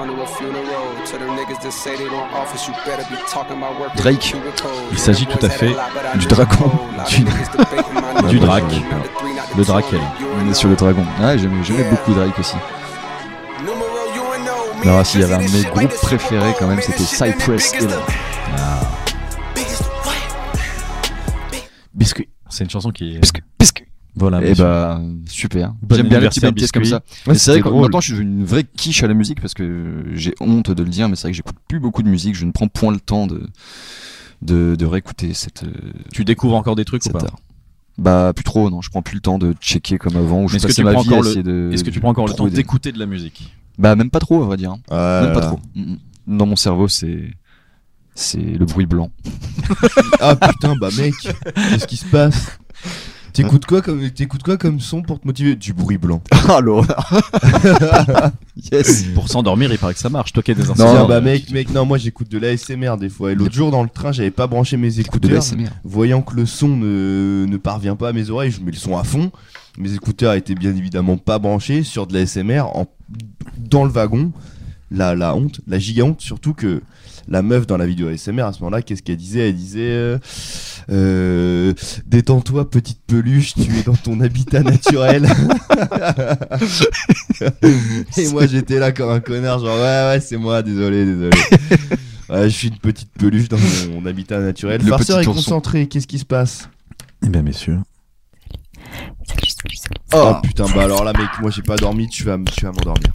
Speaker 7: Drake.
Speaker 12: Il s'agit tout à fait du dragon.
Speaker 7: Du-
Speaker 6: Du drac. Le drac, elle.
Speaker 7: On est sur le dragon. Ah, j'aimais j'aimais beaucoup Drake aussi. Alors, ah, s'il y avait un de mes groupes préférés quand même, c'était Cypress Hill. Ah. Biscuit.
Speaker 6: C'est une chanson qui est.
Speaker 7: Biscuit. Biscuit.
Speaker 6: Voilà.
Speaker 7: Eh
Speaker 6: monsieur.
Speaker 7: bah, super.
Speaker 6: Bon
Speaker 7: J'aime bien les petites
Speaker 6: anniversaire,
Speaker 7: bonnes pièces comme
Speaker 6: Biscuit.
Speaker 7: ça.
Speaker 6: Ouais,
Speaker 7: Mais c'est vrai
Speaker 6: c'était
Speaker 7: que
Speaker 6: drôle.
Speaker 7: maintenant, je suis devenu une vraie quiche à la musique parce que j'ai honte de le dire, mais c'est vrai que j'écoute plus beaucoup de musique. Je ne prends point le temps de, de, de réécouter cette, euh,
Speaker 6: Tu découvres encore des trucs ou
Speaker 7: cette
Speaker 6: pas
Speaker 7: heure. Bah, plus trop, non. Je prends plus le temps de checker comme avant où je
Speaker 6: Mais est-ce que
Speaker 7: passais
Speaker 6: tu
Speaker 7: ma
Speaker 6: prends
Speaker 7: vie à
Speaker 6: encore le-
Speaker 7: essayer de.
Speaker 6: Est-ce que tu prends encore le temps
Speaker 7: trouver des-
Speaker 6: d'écouter de la musique
Speaker 7: Bah, même pas trop, à vrai dire.
Speaker 8: Euh,
Speaker 7: Même pas trop. Mm, mm. Dans mon cerveau, c'est. C'est le bruit blanc.
Speaker 8: Ah putain, bah mec, qu'est-ce qui se passe T'écoutes quoi comme t'écoutes quoi comme son pour te motiver Du bruit blanc.
Speaker 7: Ah, l'horreur Yes
Speaker 6: Pour s'endormir, il paraît que ça marche. Toi qui as des
Speaker 8: Non,
Speaker 6: instruments,
Speaker 8: bah
Speaker 6: euh,
Speaker 8: mec,
Speaker 6: tu-
Speaker 8: mec, non, moi j'écoute de l'ASMR des fois. Et l'autre jour dans le train, j'avais pas branché mes
Speaker 7: De
Speaker 8: écouteurs.
Speaker 7: l'ASMR.
Speaker 8: Voyant que le son ne, ne parvient pas à mes oreilles, je mets le son à fond. Mes écouteurs étaient bien évidemment pas branchés sur de la SMR en, dans le wagon. La, la honte, la giga honte, surtout que la meuf dans la vidéo ASMR à ce moment-là, qu'est-ce qu'elle disait Elle disait euh, euh, Détends-toi, petite peluche, tu es dans ton habitat naturel. Et moi j'étais là comme un connard, genre ouais, ouais, c'est moi, désolé, désolé. Ouais, je suis une petite peluche dans mon, mon habitat naturel.
Speaker 7: Le
Speaker 8: Farceur est
Speaker 7: petit ourson.
Speaker 8: concentré, qu'est-ce qui se passe
Speaker 6: Eh bien, messieurs.
Speaker 8: Oh putain, bah alors là, mec, moi j'ai pas dormi, tu vas, m- tu vas m'endormir.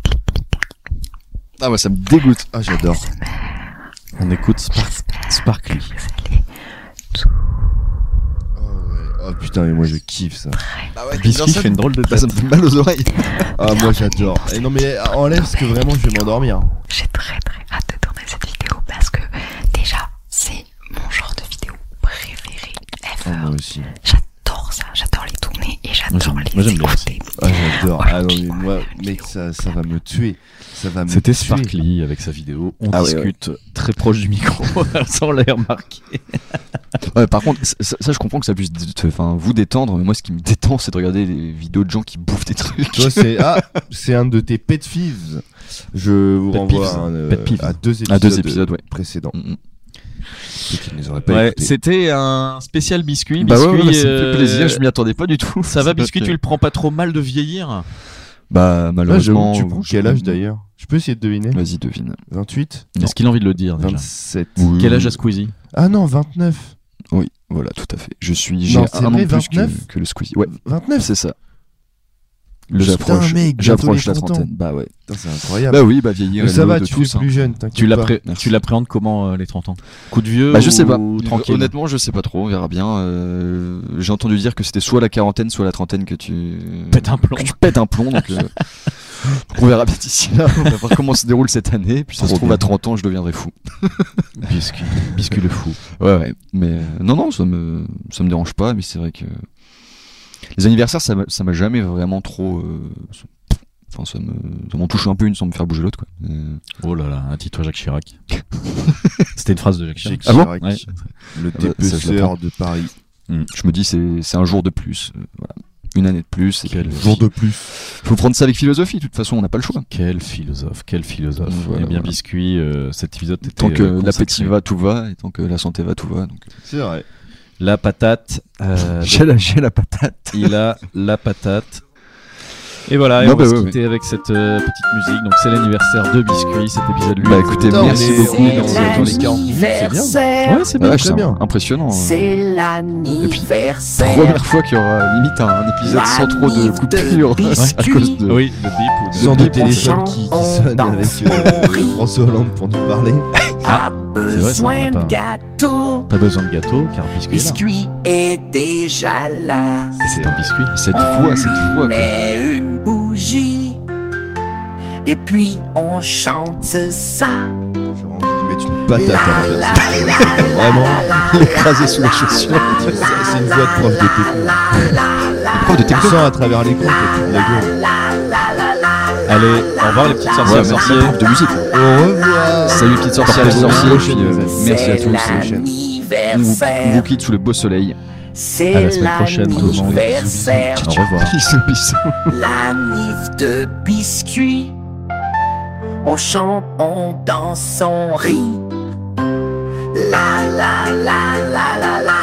Speaker 7: Ah, moi, ça me dégoûte.
Speaker 8: Ah, j'adore.
Speaker 6: On écoute Spark- Sparkly.
Speaker 8: Oh, ouais. Oh, putain, mais moi je kiffe ça.
Speaker 7: Bah ouais,
Speaker 6: Biscuit fait une drôle de
Speaker 7: Bah,
Speaker 6: tête.
Speaker 7: ça me fait mal aux oreilles.
Speaker 8: Ah, moi j'adore. Et non, mais euh, enlève parce que vraiment je vais m'endormir.
Speaker 13: J'ai très très hâte de tourner cette vidéo parce que déjà c'est mon genre de vidéo préférée
Speaker 8: Ah,
Speaker 13: ever.
Speaker 8: moi aussi.
Speaker 13: J'adore ça, j'adore les tourner et j'adore
Speaker 6: j'aime-
Speaker 13: les
Speaker 6: moi, j'aime bien
Speaker 13: écouter.
Speaker 8: Ah, j'adore. Ah, non, mais moi, mec, ça, ça va me tuer. Ça va me
Speaker 6: C'était
Speaker 8: tuer.
Speaker 6: Sparkly avec sa vidéo. On
Speaker 7: Ah ouais,
Speaker 6: discute très proche du micro sans l'air remarqué.
Speaker 7: Ouais, par contre, ça, ça- ça, je comprends que ça puisse te- enfin, vous détendre, mais moi ce qui me détend c'est de regarder les vidéos de gens qui bouffent des trucs.
Speaker 8: Toi, c'est ah, c'est un de tes pet thieves. Je vous
Speaker 6: Pet
Speaker 8: renvoie
Speaker 6: peeves.
Speaker 8: à, un, euh,
Speaker 6: Pet peeves.
Speaker 8: à deux épisodes,
Speaker 7: À deux épisodes, ouais.
Speaker 8: précédents.
Speaker 7: Mm, mm.
Speaker 8: Ceux qui ne les auraient pas
Speaker 6: Ouais,
Speaker 8: écoutés.
Speaker 6: c'était un spécial biscuit.
Speaker 7: Bah ouais,
Speaker 6: Biscuit,
Speaker 7: ouais, ça me fait
Speaker 6: euh,
Speaker 7: plaisir, je m'y attendais pas du tout.
Speaker 6: Ça va, biscuit,
Speaker 7: Ok.
Speaker 6: tu le prends pas trop mal de vieillir
Speaker 7: Bah
Speaker 8: Là, je-
Speaker 7: malheureusement.
Speaker 8: tu prends quel âge d'ailleurs Je peux essayer de deviner
Speaker 7: Vas-y, devine.
Speaker 8: 28
Speaker 7: Non.
Speaker 6: Est-ce qu'il a envie de le dire déjà
Speaker 8: 27.
Speaker 6: Quel âge a Squeezie
Speaker 7: Mmh.
Speaker 8: Ah non, 29.
Speaker 7: Oui, voilà, tout à fait. Je suis. J'ai
Speaker 8: Non, c'est
Speaker 7: un an
Speaker 8: vrai,
Speaker 7: de plus que,
Speaker 8: 29?
Speaker 7: que le squeezie. Ouais,
Speaker 8: 29
Speaker 7: c'est ça.
Speaker 8: Putain,
Speaker 7: J'approche
Speaker 8: mec, bientôt
Speaker 7: j'approche
Speaker 8: les
Speaker 7: la
Speaker 8: 30 ans.
Speaker 7: trentaine. Bah ouais.
Speaker 8: Putain, c'est incroyable.
Speaker 7: Bah oui, bah vieillir.
Speaker 8: Mais
Speaker 7: est
Speaker 8: ça
Speaker 7: le lot
Speaker 8: va,
Speaker 7: de
Speaker 8: tu es
Speaker 7: tous, hein.
Speaker 8: plus jeune, t'inquiète
Speaker 6: Tu
Speaker 8: pas.
Speaker 6: l'appré- tu l'appréhendes comment euh, les 30 ans Coup de vieux
Speaker 7: Bah je sais pas.
Speaker 6: ou Tranquille.
Speaker 7: Honnêtement, je sais pas trop. On verra bien. Euh, J'ai entendu dire que c'était soit la quarantaine, soit la trentaine que tu
Speaker 6: Pète un plomb.
Speaker 7: que tu pètes un plomb. Donc, euh, donc on verra bien d'ici là. On va voir comment se déroule cette année. Puis ça se
Speaker 8: Trop
Speaker 7: trouve
Speaker 8: bien.
Speaker 7: à 30 ans, je deviendrai fou.
Speaker 6: Biscuit, biscuit le fou.
Speaker 7: Ouais, ouais. Mais euh, non, non, ça me, ça me dérange pas. Mais c'est vrai que les anniversaires, ça m'a- ça m'a jamais vraiment trop. euh, ça- Enfin, ça me, ça m'en touche un peu une sans me faire bouger l'autre, quoi. Euh,
Speaker 6: Oh là là, un titre Jacques Chirac. C'était une phrase de Jacques Chirac.
Speaker 8: Jacques
Speaker 7: Ah bon
Speaker 8: Chirac,
Speaker 6: Ouais.
Speaker 8: le
Speaker 7: bah, ça, je
Speaker 8: dépeceur
Speaker 7: l'apprends.
Speaker 8: de Paris.
Speaker 7: je me dis, c'est, c'est un jour de plus. euh, voilà. Une année de plus. et
Speaker 6: Quel
Speaker 7: puis- euh,
Speaker 6: jour
Speaker 8: de plus.
Speaker 7: Faut prendre ça avec philosophie. De toute façon, on n'a pas le choix.
Speaker 6: Quel philosophe, quel philosophe.
Speaker 7: Mmh, Voilà,
Speaker 6: eh bien,
Speaker 7: voilà.
Speaker 6: biscuit, euh, cet épisode était
Speaker 7: Tant que
Speaker 6: euh, consacré.
Speaker 7: l'appétit va, tout va, et tant que la santé va, tout va. Donc...
Speaker 8: C'est vrai.
Speaker 6: La patate. euh,
Speaker 7: J'ai lâché la patate.
Speaker 6: il a la patate. Et voilà, et
Speaker 7: Non,
Speaker 6: on
Speaker 7: bah,
Speaker 6: va se
Speaker 7: ouais,
Speaker 6: quitter avec cette euh, petite musique. Donc c'est l'anniversaire de Biscuit, cet épisode lui.
Speaker 7: Bah écoutez,
Speaker 8: Putain, on
Speaker 7: merci
Speaker 8: est-
Speaker 7: beaucoup.
Speaker 8: on est
Speaker 7: merci.
Speaker 8: dans les 40.
Speaker 4: l'anniversaire.
Speaker 6: Ouais, c'est
Speaker 7: Ah
Speaker 6: bien.
Speaker 7: ouais,
Speaker 8: très
Speaker 7: c'est
Speaker 8: bien.
Speaker 7: impressionnant. euh.
Speaker 4: C'est l'anniversaire.
Speaker 7: Première fois qu'il y aura limite un épisode sans trop de coupure
Speaker 4: Ouais.
Speaker 7: à cause de.
Speaker 6: Oui, le bip ou de-
Speaker 8: Sans
Speaker 7: Le
Speaker 8: doute téléphone
Speaker 4: prochain,
Speaker 8: qui, qui
Speaker 4: on
Speaker 8: sonne avec
Speaker 4: danse
Speaker 8: euh,
Speaker 4: au riz.
Speaker 8: François Hollande pour nous parler.
Speaker 4: A
Speaker 6: Ah, vrai, ça, on
Speaker 4: besoin
Speaker 6: n'a pas-
Speaker 4: de gâteau.
Speaker 6: Pas besoin de gâteau car Biscuit est là.
Speaker 4: Biscuit est déjà là.
Speaker 6: Et C'est un biscuit.
Speaker 7: Cette voix, cette voix. quoi.
Speaker 4: met une bougie et puis on chante ça. Ah
Speaker 8: J'ai envie de mettre une patate à
Speaker 4: La,
Speaker 8: l'envers.
Speaker 4: la, la,
Speaker 8: Vraiment,
Speaker 7: Écrasé sous la chaussure.
Speaker 8: c'est une voix de prof de techno.
Speaker 7: Prof de techno.
Speaker 8: On sent à travers l'écran que tu te la gueule.
Speaker 6: Allez, au revoir les petites
Speaker 7: Ouais,
Speaker 6: sorcières,
Speaker 7: merci.
Speaker 6: sorciers.
Speaker 7: Prof de musique.
Speaker 8: Au revoir.
Speaker 7: Salut petites sorcières et
Speaker 8: Portez-vous
Speaker 7: sorciers.
Speaker 8: bien.
Speaker 7: puis, euh, Merci à tous.
Speaker 4: c'est
Speaker 7: On vous, on
Speaker 4: l'anniversaire.
Speaker 7: vous quitte sous le beau soleil.
Speaker 10: C'est
Speaker 6: À la semaine prochaine, tout le monde.
Speaker 10: l'anniversaire.
Speaker 6: Au revoir.
Speaker 10: Bisous, La nif de biscuits. On chante, on danse, on rit. La la la la la la.